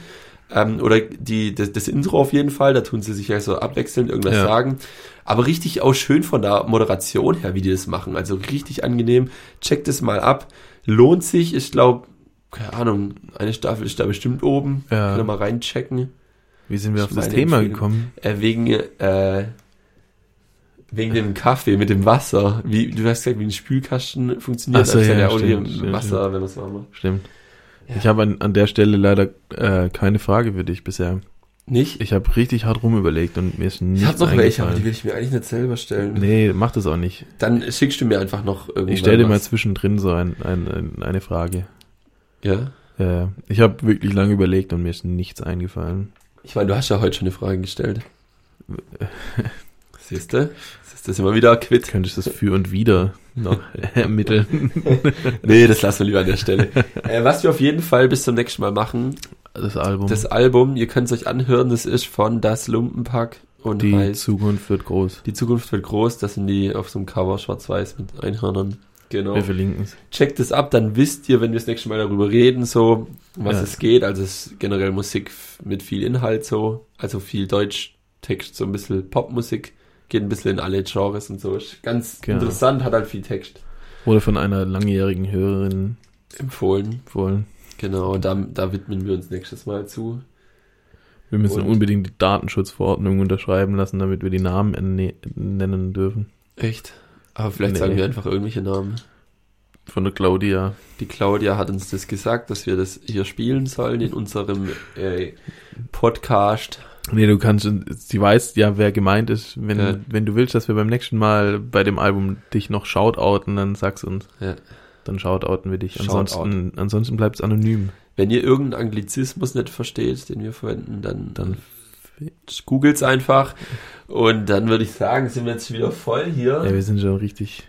Ähm, oder die, das, das Intro auf jeden Fall, da tun sie sich ja so abwechselnd irgendwas
Ja.
sagen. Aber richtig auch schön von der Moderation her, wie die das machen. Also richtig angenehm. Checkt es mal ab. Lohnt sich. Ich glaube, keine Ahnung, eine Staffel ist da bestimmt oben.
Ja.
Könnt ihr mal reinchecken.
Wie sind wir
Das
auf
ist
das
meine
Thema
Empfehlung.
gekommen?
Äh, wegen, äh, wegen dem Kaffee mit dem Wasser. Wie, du hast gesagt, wie ein Spülkasten funktioniert.
Ach so,
Das ist
ja,
auch
stimmt,
hier
stimmt,
Wasser, wenn man es mal macht.
Stimmt.
Ja.
Ich habe an, an der Stelle leider äh, keine Frage für dich bisher.
Nicht?
Ich habe richtig hart rumüberlegt und mir ist nichts
Ich habe noch welche, aber die
eingefallen.
will ich mir eigentlich nicht selber stellen.
Nee, mach das auch nicht.
Dann schickst du mir einfach noch irgendwas.
Ich stelle dir mal zwischendrin so ein, ein, ein, eine Frage.
Ja.
Äh, ich habe wirklich lange überlegt und mir ist nichts eingefallen.
Ich meine, du hast ja heute schon eine Frage
*laughs*
gestellt. Siehst du? Siehst du, sind wir wieder quitt.
Könntest du das für und
*laughs*
wieder noch *laughs* ermitteln?
Nee, das lassen wir lieber an der
*laughs*
Stelle. äh, was wir auf jeden Fall bis zum nächsten Mal machen,
Das Album.
das Album, ihr könnt es euch anhören, das ist von Das Lumpenpack und
die
heißt
Zukunft wird groß.
Die Zukunft wird groß, das sind die auf so einem Cover schwarz-weiß mit Einhörnern. Genau.
Wir verlinken es.
Checkt es ab, dann wisst ihr, wenn wir das nächste Mal darüber reden, so, was
Ja.
es geht. Also es ist generell Musik f- mit viel Inhalt, so, also viel Deutsch, Text, so ein bisschen Popmusik, geht ein bisschen in alle Genres und so. Ist ganz
Genau.
interessant, hat halt viel Text
Wurde von einer langjährigen Hörerin
empfohlen.
empfohlen.
Genau, und da, da widmen wir uns nächstes Mal zu.
Wir müssen
Und-
unbedingt die Datenschutzverordnung unterschreiben lassen, damit wir die Namen enne- nennen dürfen.
Echt? Aber vielleicht
Nee.
sagen wir einfach irgendwelche Namen.
Von der Claudia.
Die Claudia hat uns das gesagt, dass wir das hier spielen sollen in unserem äh, Podcast.
Nee, du kannst, sie weiß ja, wer gemeint ist. Wenn,
Ja.
wenn du willst, dass wir beim nächsten Mal bei dem Album dich noch shoutouten, dann sag's uns.
Ja.
Dann shoutouten wir dich.
Shoutout.
Ansonsten, ansonsten bleibt's anonym.
Wenn ihr irgendeinen Anglizismus nicht versteht, den wir verwenden, dann,
Dann
dann googelt's einfach. Und dann würde ich sagen, sind wir jetzt wieder voll
Ja,
hier.
wir sind schon richtig.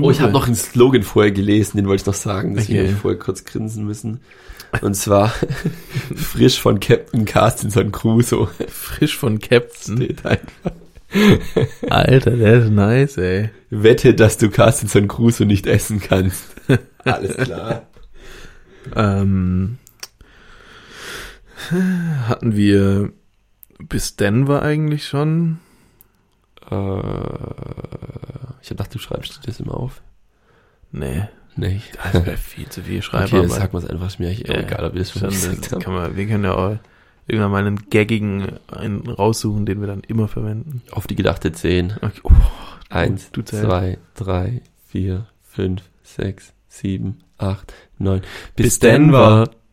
oh, ich habe noch einen Slogan vorher gelesen, den wollte ich noch sagen, deswegen
Okay.
habe ich vorher kurz grinsen müssen. Und zwar *laughs* frisch von Captain Carstenson Crusoe.
frisch von Captain.
Steht ein.
Alter, der ist nice, ey.
Wette, dass du Carstenson Crusoe nicht essen *laughs* kannst. Alles klar.
Ähm, hatten wir bis Denver eigentlich schon?
Äh, ich hab gedacht, du schreibst dir das immer auf.
Nee,
Nee.
das wäre viel zu
*laughs*
viel
Okay,
Schreibarbeit.
jetzt sagen wir es einfach, ist mir eigentlich
Ja,
egal, ob wir das schon
Dann-
gesagt
dann
haben.
kann man, wir können ja auch irgendwann mal einen gaggigen einen raussuchen, den wir dann immer verwenden.
Auf die gedachte 10.
Okay. Oh,
Eins,
Du zählst.
zwei, drei, vier, fünf, sechs, sieben, acht, neun. Bis,
Denver.
Denver.